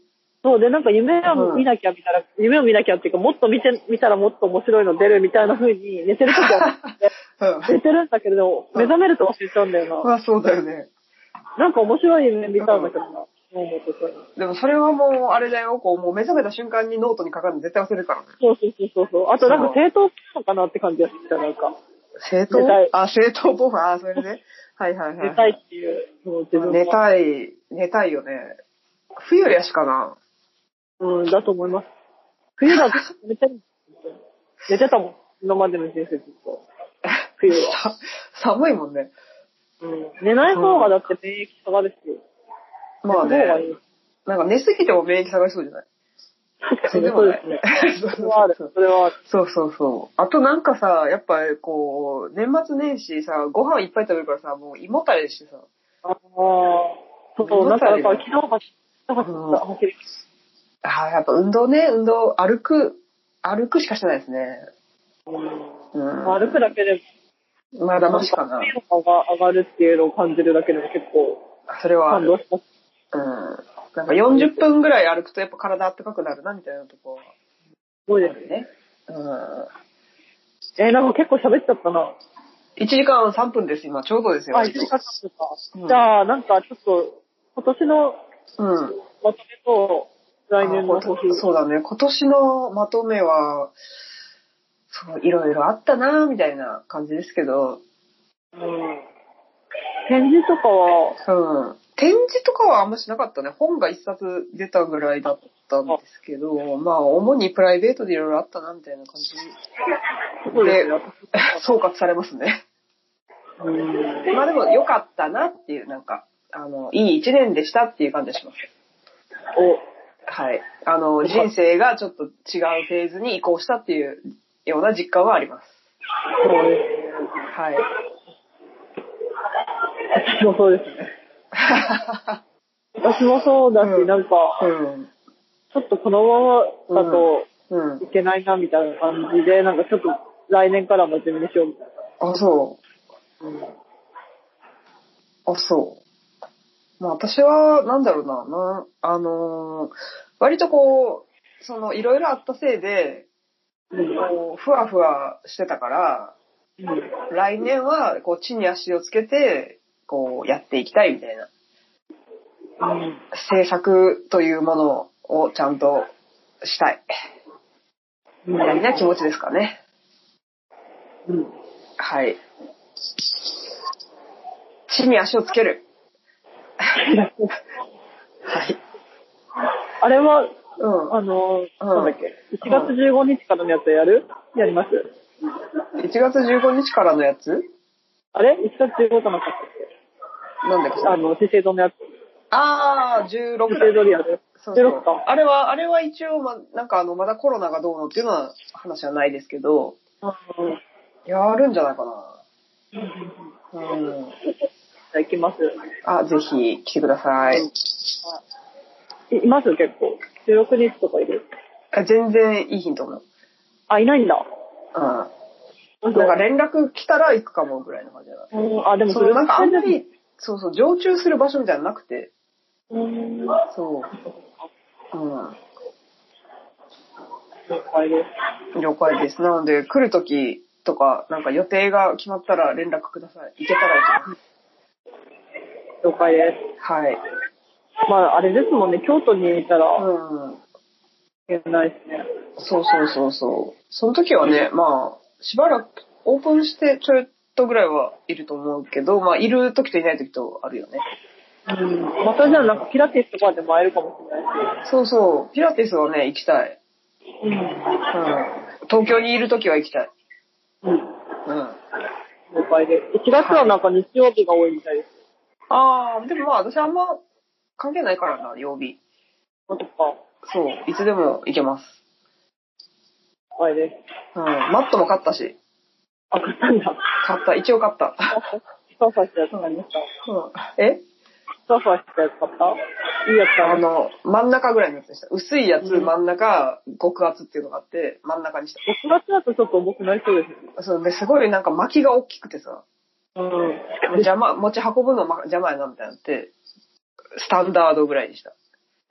S2: そうで、なんか夢を見なきゃみたいな、夢を見なきゃっていうか、もっと見て、見たらもっと面白いの出るみたいな風に寝てる時はあ って、
S1: う
S2: 寝てるんだけれど、目覚めると忘れちゃうんだよ
S1: ん。
S2: な。
S1: まあそうだよね。
S2: なんか面白い夢見たんだけどな。そう思うとそう
S1: でもそれはもう、あれだよ、こう、もう目覚めた瞬間にノートに書かるの絶対忘れるからね。
S2: そうそうそうそう。あとなんか正当なのかなって感じがしてきた、なんか。
S1: 正当
S2: 寝たい
S1: あ、正当防犯あ、それね。はいはいはい。
S2: 寝たいっていう、その自分
S1: 寝
S2: が。
S1: たい、寝たいよね。冬よりはしかな。
S2: うん、だと思います。冬だと寝てる。寝てたもん。今までの人生ずっと。冬は。
S1: さ寒いもんね。
S2: うん寝ない方がだって免疫下がるし。
S1: まあ
S2: 寝た方がい
S1: ね
S2: い。
S1: なんか寝すぎても免疫下がりそうじゃないそうでもない。そう
S2: そ
S1: そ
S2: れ
S1: う
S2: はあ る
S1: そう。
S2: それはある。
S1: そうそうそう。あとなんかさ、やっぱりこう、年末年始さ、ご飯いっぱい食べるからさ、もう胃もたれしてさ、
S2: ああー。そう、なんか、だから昨日走った、走
S1: うん
S2: った、走り。
S1: ああ、やっぱ運動ね、運動、歩く、歩くしかしてないですね。うん。
S2: 歩くだけで
S1: まだ
S2: も、
S1: マシかな。
S2: スピードが上がるっていうのを感じるだけでも結構
S1: それはあ
S2: 感
S1: る、
S2: 動します。
S1: うん。なんか40分ぐらい歩くとやっぱ体温かくなるな、みたいなとこは
S2: すごい
S1: あ
S2: で
S1: るね。うん。
S2: す。えー、なんか結構喋っちゃったな。
S1: 1時間3分です、今。ちょうどですよ。
S2: あ、一時間経つか
S1: うん。
S2: じゃあ、なんかちょっと、今年の
S1: うん。
S2: まとめと、来年の抱負。
S1: あそうだね。今年のまとめは、そう、いろいろあったな、みたいな感じですけど、
S2: うん。展示とかは、
S1: うん。展示とかはあんましなかったね。本が一冊出たぐらいだったんですけど、まあ、主にプライベートでいろいろあったな、みたいな感じ。
S2: そうですね。
S1: 総括されますね。
S2: うん
S1: まあでも、良かったなっていう、なんか、あの、いい一年でしたっていう感じがします。
S2: お、
S1: はい。あの、人生がちょっと違うフェーズに移行したっていうような実感はあります。
S2: そうですね。
S1: はい。
S2: 私もそうですね。私もそうだし、
S1: うん
S2: なんか、
S1: うん。
S2: ちょっとこのままだと
S1: うん
S2: い。けないな、みたいな感じで、なんかちょっと来年から真面目にしようみたい
S1: あ、そ
S2: な。うん
S1: う。あ、そう。まあ私は、なんだろうな、なあのー割とこう、その、いろいろあったせいで、こう、ふわふわしてたから、来年は、こう、地に足をつけて、こう、やっていきたいみたいな。
S2: うん
S1: 制作というものをちゃんとしたい。みたいな気持ちですかね。
S2: うん。
S1: はい。地に足をつける。はい。
S2: あれ
S1: う
S2: は、
S1: ん。
S2: あの、
S1: うん
S2: なんだっけ、1月15日からのやつやるやります。
S1: 1月15日からのやつ
S2: あれ ?1 月15じゃなかったっ
S1: なんだっけ
S2: けあの、資生堂のやつ。
S1: ああ、
S2: 資
S1: 16だ
S2: 生堂でやる。
S1: そうそ
S2: 16
S1: う
S2: か。
S1: あれは、あれは一応、ま、なんかあの、まだコロナがどうのっていうのは話はないですけど、
S2: うん。
S1: やるんじゃないかな。うん。
S2: じゃあ行きます。
S1: あ、ぜひ来てください。
S2: いいます結構。16日とかいる。
S1: あ全然いいヒントも。
S2: あ、いないんだ。
S1: うん。なんか連絡来たら行くかもぐらいの感じだな。
S2: うんあ、でも
S1: そのなんかあんま
S2: り。
S1: り、そうそう、常駐する場所みたいなのなくて、
S2: うん。
S1: そう。うん。
S2: 了解です。
S1: 了解です。なので、来るときとか、なんか予定が決まったら連絡ください。行けたら行きます。
S2: 了解です。
S1: はい。
S2: まあ、あれですもんね、京都にいたら
S1: うん。
S2: いけないですね。
S1: そうそうそうそう。その時はね、まあ、しばらく、オープンしてちょいとぐらいはいると思うけど、まあ、いる時といない時とあるよね。
S2: うん。またじゃあ、なんかピラティスとかでも会えるかもしれな
S1: そうそう。ピラティスはね、行きたい。
S2: いし。
S1: うん。東京にいる時は行きたい。
S2: うん。うん。
S1: うん。
S2: 了解です。1月はなんか日曜日が多いみたいです。
S1: ああ、でもまあ、私あんま関係ないからな、曜日。
S2: 本当か。
S1: そう。いつでも行けます。
S2: 了解です。
S1: うん。マットも買ったし。
S2: あ、買ったんだ。
S1: 買った。一応買った。
S2: サーファーしたやつ買いました。
S1: うん。え
S2: サーファーしたやつ買ったいいやつ
S1: あ
S2: あの、
S1: の、真ん中ぐらいのやつでした。薄いやつ、
S2: うん
S1: 真ん中、極厚っていうのがあって、真ん中にした。
S2: 6月だとちょっと重くなりそうですね。
S1: そうね、すごいなんか巻きが大きくてさ、
S2: うん。
S1: 邪魔、持ち運ぶのま邪魔やなみたいになって、スタンダードぐらいでした。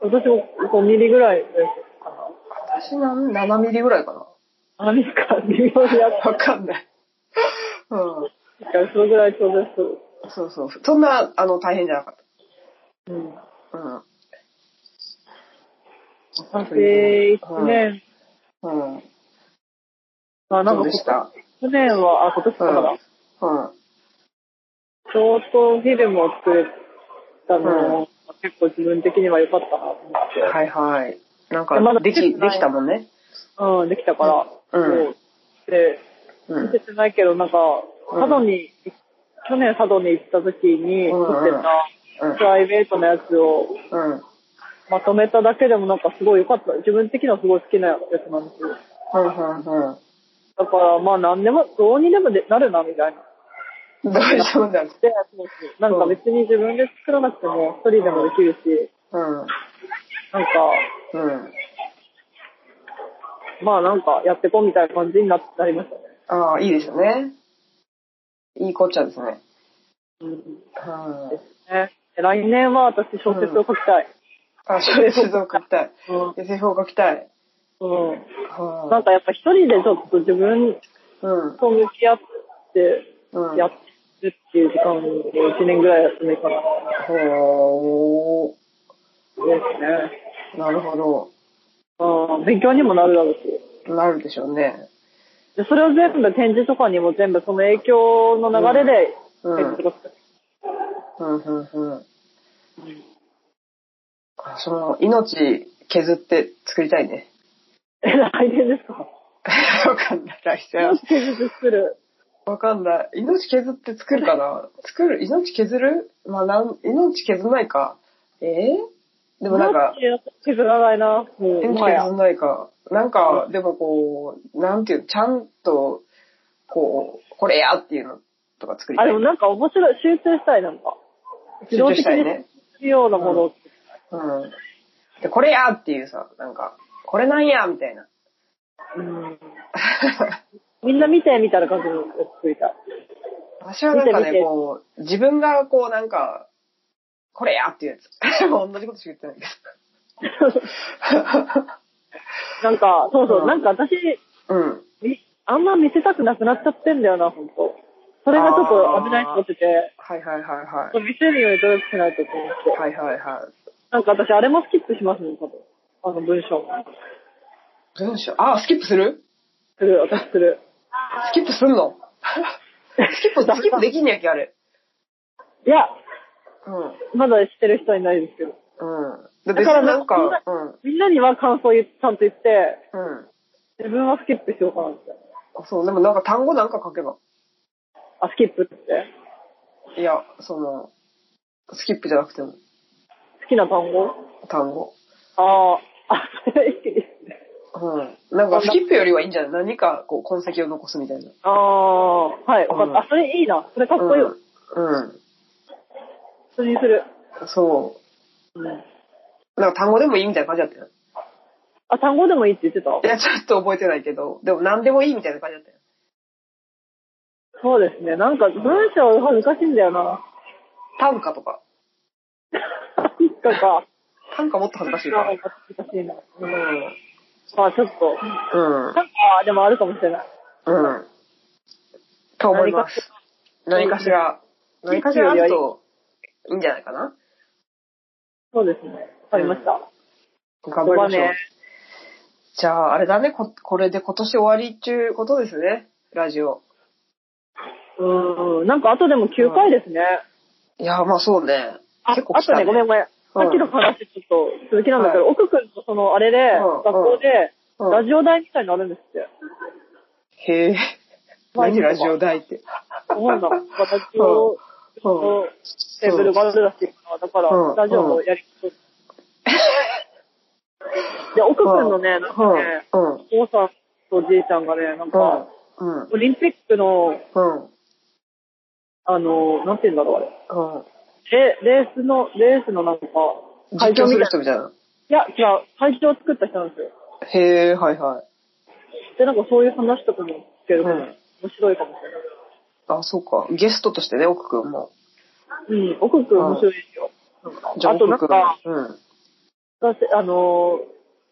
S2: 私も5ミリぐらいですか
S1: 私なん、7ミリぐらいか
S2: な。何か、微妙にやっ
S1: な。わかんない。うん。
S2: たから、そのぐらいちょうどです。
S1: そうそう。そんな、あの、大変じゃなかっ
S2: うん。
S1: た。うん。
S2: 私、1年、
S1: うん。うん。
S2: まあなん
S1: そ
S2: か
S1: うでした。
S2: 去年は、あ、今年か
S1: うん
S2: な。。
S1: うん。
S2: ショートフィルムを作れたのも、結構自分的には良かったなと思って。
S1: はいはい。なんか
S2: えまだ、
S1: でき、
S2: 作ってな
S1: で
S2: い
S1: きたもんね。
S2: うん、できたか
S1: う
S2: ら。
S1: ん
S2: そう。で、
S1: う
S2: 見
S1: ん
S2: せ。てないけど、なんか、佐渡に、去年佐渡に行った時に
S1: うんうん
S2: 撮って
S1: うん
S2: たプライベートのやつを
S1: うん。
S2: まとめただけでもなんかすごい良かった。自分的にはすごい好きなやつなんですよ。
S1: うんうんうん。
S2: だからまあ何でも、どうにでもでなるなみたいな。
S1: 大丈夫だ。
S2: で、そうそうなんか別に自分で作らなくても一人でもできるし、
S1: うん。
S2: なんか、
S1: うん。
S2: まあなんかやってこうみたいな感じにななりましたね。
S1: ああ、いいですね。いいこっちゃですね。
S2: うん。
S1: は
S2: で
S1: い。
S2: すね。で来年は私小説を書きたい。
S1: あ、小説を書きたい。
S2: うん。
S1: SF を書きたい。
S2: うん。な
S1: は
S2: んかやっぱ一人でちょっと自分
S1: い。うん。
S2: と向き合って
S1: うん。
S2: やるっていう時間を1年ぐらいやってもいいかな
S1: ほ
S2: ですね。
S1: ー。なるほど。
S2: うん、勉強にもなるだろうし。
S1: なるでしょうね。
S2: でそれを全部展示とかにも全部その影響の流れで
S1: うん
S2: 展示とか作る
S1: うん、うん、うん。あその、命削って作りたいね。
S2: え、来年ですか
S1: わかんない。来
S2: も
S1: 世
S2: し。展示する。
S1: わかんない。命削って作るかな作る命削るまあ、なん、命削んないか。えー、でもなん か、
S2: 削らないな。もう、
S1: 命
S2: もはや
S1: 削ん。ないか。なんか、でもこう、なんていうの、ちゃんと、こう、これやっていうのとか作りた
S2: あ、
S1: い。
S2: でもなんか面白い。集中したい、なんか。
S1: 集中したい
S2: 自動
S1: ね
S2: 的。にするようなものを。
S1: うん。で、これやっていうさ、なんか、これなんやみたいな。
S2: うんみんな見て、みたいな感じの作りたい。
S1: 私はなんか
S2: 見て
S1: ね、
S2: 見て
S1: こう、自分がこう、なんか、これやっていうやつ。 もう同じことしか言ってないけ
S2: なんか、そうそう、
S1: うん
S2: なんか私、
S1: ど。 うん。
S2: みあんま見せたくなくなっちゃってんだよな、ほんと。それがちょっと危ないと思ってて、
S1: はいはいはいはい。
S2: 見せるように努力しないとと思って。
S1: はいはいはい。
S2: なんか私、あれもスキップしますね、多分。あの文章も。
S1: 文章。あ、スキップする
S2: する、私する。
S1: スキップすんの スキップ、スキップできんねやっけ、あれ。
S2: いや、
S1: うん。
S2: まだ知ってる人いないですけど。
S1: うん。だ
S2: だから
S1: なん
S2: みんな
S1: か、うん。
S2: みんなには感想を言ちゃんと言って、
S1: うん。
S2: 自分はスキップしようかなって。
S1: あそう、でもなんか単語なんか書けば。
S2: あ、スキップって。
S1: いや、その、スキップじゃなくても、
S2: 好きな単語
S1: 単語。
S2: ああ、あ、それいいですね。
S1: うん。なんかスキップよりはいいんじゃない何かこう痕跡を残すみたいな。
S2: ああ、はい、わかった。あ、それいいな。それかっこいいわ。
S1: うん。うん。
S2: それにする。
S1: そ
S2: うん。
S1: う。なんか単語でもいいみたいな感じだったよ。
S2: あ、単語でもいいって言ってた
S1: いや、ちょっと覚えてないけど、でも何でもいいみたいな感じだったよ。
S2: そうですね。なんか文章恥ずかしいんだよな。
S1: 短歌とか。
S2: いつかか。
S1: 短歌もっと恥ずかしいか
S2: な
S1: ら
S2: ん。か恥ずかしいな。
S1: うん。
S2: まあちょっと。
S1: うん。
S2: なんか、でもあるかもしれない。
S1: うん。と思います。何
S2: 何
S1: か
S2: か
S1: し
S2: し
S1: ら、何
S2: 何
S1: か
S2: か
S1: し
S2: し
S1: ら
S2: ら
S1: あ
S2: ある
S1: ると
S2: と、
S1: いいんじゃないかな
S2: そうですね。わかりました。
S1: 頑張りましょ
S2: そう
S1: う
S2: だね。
S1: じゃあ、あれだねこ、これで今年終わりっちゅうことですね、ラジオ。
S2: うん。なんか後でも9回ですね。
S1: いや、まあそうね。
S2: あ
S1: 結構
S2: あ
S1: 来
S2: と
S1: た、
S2: ね、ごめんごめん。さっきの話ちょっと続きなんだけど、
S1: は
S2: 奥くんとそのあれで、
S1: うん
S2: 学校で、
S1: うん
S2: ラジオ台みたいになるんですって。
S1: へえ。
S2: まあ
S1: 何ラジオ代って。
S2: 思うんだ。ラジオ
S1: うん
S2: とテーブルバルだし、だから、
S1: うん
S2: ラジオのやり 方。で、奥くんのね、なんかね、
S1: うん。うん。
S2: お父さんとじいちゃんがね、なんか、
S1: うん。
S2: オリンピックの、
S1: うん。
S2: あの、なんて言うんだろう、あれ。
S1: うん。
S2: レレースの、レースのなんか、会
S1: 実況
S2: 場
S1: す
S2: み
S1: る
S2: た
S1: 人
S2: い
S1: みたいな。
S2: な。いや、違う、会場を作った人なんですよ。
S1: へえ、はいはい。
S2: で、なんかそういう話とかも聞けるから、
S1: うん
S2: 面白いかもしれない。
S1: あ、そうか。ゲストとしてね、奥くんも。
S2: うん、奥くん面白いですよ。
S1: じゃあ、
S2: あとなん
S1: 奥くん
S2: か、。
S1: うん。
S2: 私あのー、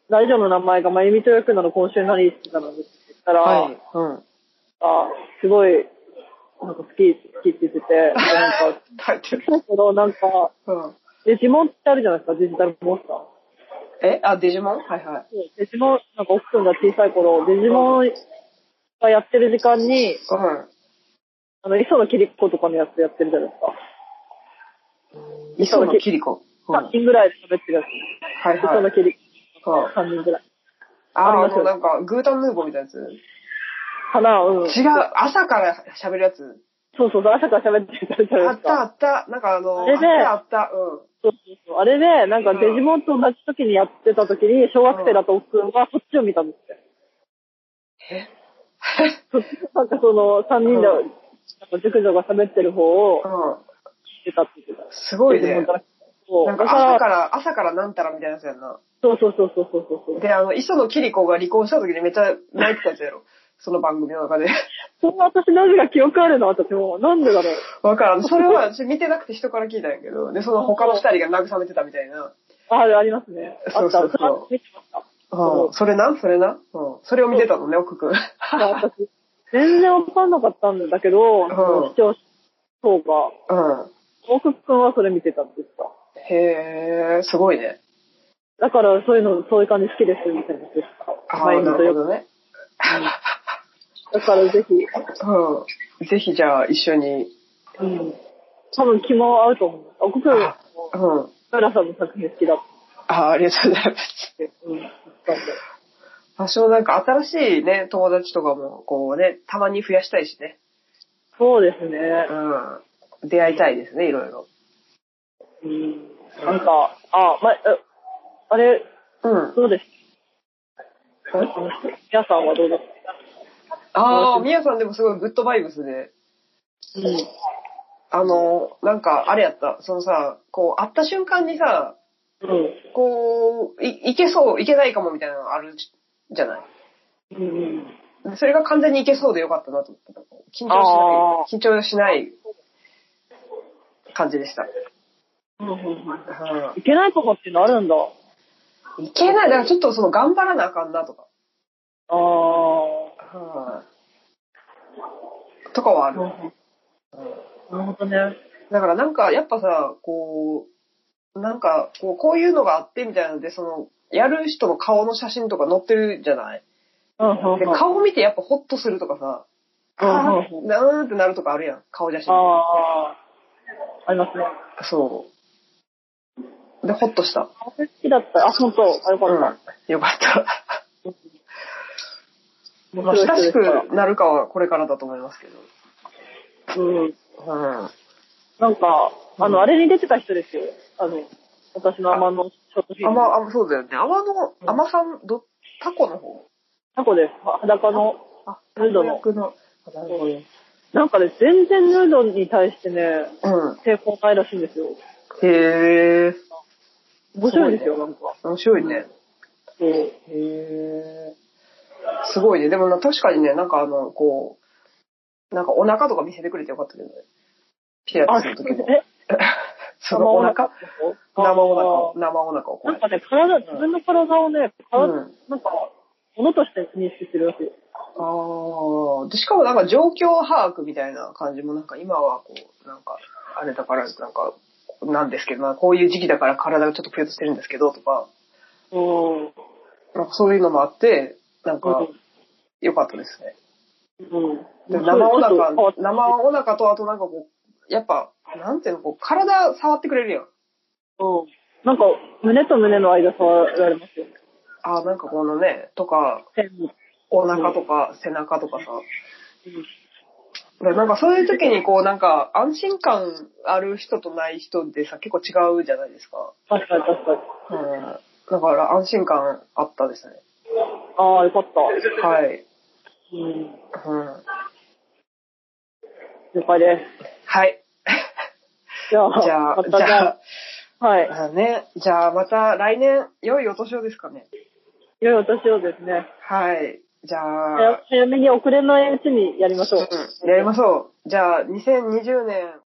S2: ラジオの名前がまゆみとよくなの今週何してたのって言ったら、
S1: はい。うん。
S2: あすごい、なんか好き、好きって言ってて、でなんか、
S1: 入ってる。
S2: そのなんか、
S1: うん。
S2: デジモンってあるじゃないですか、デジタルモンスター。
S1: えあ、デジモンはいはい。
S2: そうデジモン、なんか奥くんが小さい頃、デジモンがやってる時間に、あの、磯野キリコとかのやつやってるじゃないですか。
S1: うん。磯野キリコ。うん。は
S2: 3人ぐらいで喋ってるや
S1: い
S2: つ。磯
S1: は
S2: 野
S1: い。
S2: キリコ
S1: うん。
S2: 3人ぐらい。
S1: あー、
S2: あ
S1: あ
S2: ります
S1: の、
S2: よ
S1: なんか、グータンヌーボーみたいなやつ。
S2: かな、うん。
S1: 違う、朝から喋るやつ。
S2: そうそうそう、朝から喋ってるやつあるじ
S1: あ
S2: ゃないで
S1: っ
S2: すか。
S1: たあった。なんかあの、
S2: あ
S1: あっ
S2: れで
S1: たあった。うん。
S2: そうそうそう。あれで、なんかデジモンと同じ時にやってた時に、小学生だと奥くんはそっちを見たんです って。
S1: え
S2: そっちのなんかその、3人で、
S1: う
S2: なんか塾女が喋ってる方を
S1: う
S2: 聞
S1: ん。
S2: いてたって言ってた。
S1: すごい
S2: デジモン
S1: ね
S2: じゃ。なくてそう。
S1: な
S2: だ
S1: ん
S2: か
S1: か朝
S2: ら、
S1: から、朝からなんたらみたいなやつやんな。
S2: そうそうそうそうそうそう。
S1: で、あの、磯野キリコが離婚した時にめっちゃ泣いてたやつやろ。 その番組の中で。
S2: そんな私なぜか記憶あるの私もう。なんでだろう。
S1: わからん。それは私見てなくて人から聞いたんやけど、で、その他の二人が慰めてたみたいな。
S2: ある、ありますね。あ
S1: そう
S2: った。
S1: そうそう
S2: れ見てました。
S1: うん。それなそれなうん。それを見てたのね、奥くん。
S2: 私、全然わかんなかったんだけど、その視聴者層が、
S1: うん。
S2: 奥くんはそれ見てたって言ってた。
S1: へえ、すごいね。
S2: だから、そういうの、そういう感じ好きです、みたいなことです
S1: あ
S2: か。
S1: あ、
S2: 毎
S1: な
S2: 日と
S1: る
S2: よ
S1: ほどね。
S2: だから、ぜひ、
S1: うん。ぜひじゃあ一緒に。
S2: うん。多分、気も合うと思う。あ、僕、
S1: うん。
S2: 村さんの作品好きだっ
S1: あ、ありがとうございます。
S2: て、うん、言ったんで。
S1: 私もなんか新しいね、友達とかも、こうね、たまに増やしたいしね。
S2: そうですね。
S1: うん。出会いたいですね、いろいろ。
S2: うん。なんか、あ、ま、えあれ、
S1: うん。
S2: どうですあの皆さんはどうだった
S1: ああ、みやさんでもすごいグッドバイブスで。
S2: うん。
S1: あの、なんか、あれやった。そのさ、こう、会った瞬間にさ、
S2: うん。
S1: こう、い、いけそう、いけないかもみたいなのあるじゃない
S2: うんうん。
S1: でそれが完全にいけそうでよかったなと思った。緊張しない、緊張しない感じでした。
S2: うんうんうん
S1: うん
S2: いけないとかっていうのあるんだ。あ
S1: いけない。だからちょっとその頑張らなあかんなとか。
S2: あ。
S1: うんとかはある。
S2: なるほどね。
S1: だからなんかやっぱさ、こう、なんかこうこういうのがあってみたいなので、その、やる人の顔の写真とか載ってるじゃない
S2: うんうんうん
S1: で顔見てやっぱホッとするとかさ、
S2: うん
S1: あ
S2: うん
S1: ーなーってなるとかあるやん。顔写真。
S2: ああ、ありますね。
S1: そう。で、ほっとした。
S2: あれ好きだった。あ、本当。あ、よかった。
S1: うんよかった。ま
S2: 面
S1: あ、
S2: 白い
S1: 親し
S2: 人ですから
S1: くなるかはこれからだと思いますけど。
S2: うん。
S1: うん。
S2: なんか、あ
S1: う
S2: の、
S1: ん
S2: あれに出てた人ですよ。あの、私の甘のショートフィルム。
S1: 甘、あ、そうだよね。甘の、
S2: うん
S1: 甘さん、ど、タコの方
S2: タコです。裸の。
S1: あ、
S2: ヌードの
S1: 役の。あなるほど。
S2: なんかね、全然ヌードに対してね、
S1: うん。
S2: 抵抗ないらしいんですよ。
S1: へえ。
S2: 面白いですよ、
S1: す
S2: なんか。
S1: 面白いね。
S2: そう。
S1: へえ。すごいね。でもな、確かにね、なんかあの、こう、なんかお腹とか見せてくれてよかったけどね。ピア
S2: あ、
S1: スするときも。
S2: え
S1: そのお腹生お腹を、
S2: あ
S1: 生お腹をこ
S2: ー
S1: うや
S2: な
S1: っ
S2: ん
S1: て
S2: かね、体、自分の体をね、体、
S1: うん
S2: なんか、ものとして認識してるらしい。
S1: ああ、で、しかもなんか状況把握みたいな感じもなんか今はこう、なんか、あれだから、なんか、なんですけど、まあこういう時期だから体がちょっとふよっとしてるんですけどとか、
S2: うん。
S1: なんかそういうのもあって、なん
S2: う
S1: か
S2: ん、
S1: 良かったですね。
S2: うん。
S1: で生お
S2: ちょっと変わ
S1: 腹
S2: っ、て
S1: 生お腹とあとなんかこう、やっぱ、なんていうの、こう、体触ってくれるやん。
S2: うん。なんか、胸と胸の間触られますよね。
S1: ああ、なんかこのね、とか、
S2: 線も。
S1: お腹とか背中とかさ。だからなんかそういう時にこうなんか安心感ある人とない人でさ結構違うじゃないですか。
S2: 確かに確かに。
S1: うん。だから安心感あったですね。
S2: ああ、よかった。
S1: はい。
S2: うん。
S1: うん。
S2: 了解で
S1: はい。
S2: す。じゃあ、
S1: じゃあ、
S2: ま
S1: じ
S2: たじ
S1: ゃ
S2: ゃ
S1: あ
S2: あ、はい。
S1: あ、ね、じゃあまた来年良いお年をですかね。
S2: 良いお年をですね。
S1: はい。じゃあ、
S2: 早早めに遅れないうちにやりましょ
S1: う
S2: う。
S1: んやりましょう。じゃあ2020年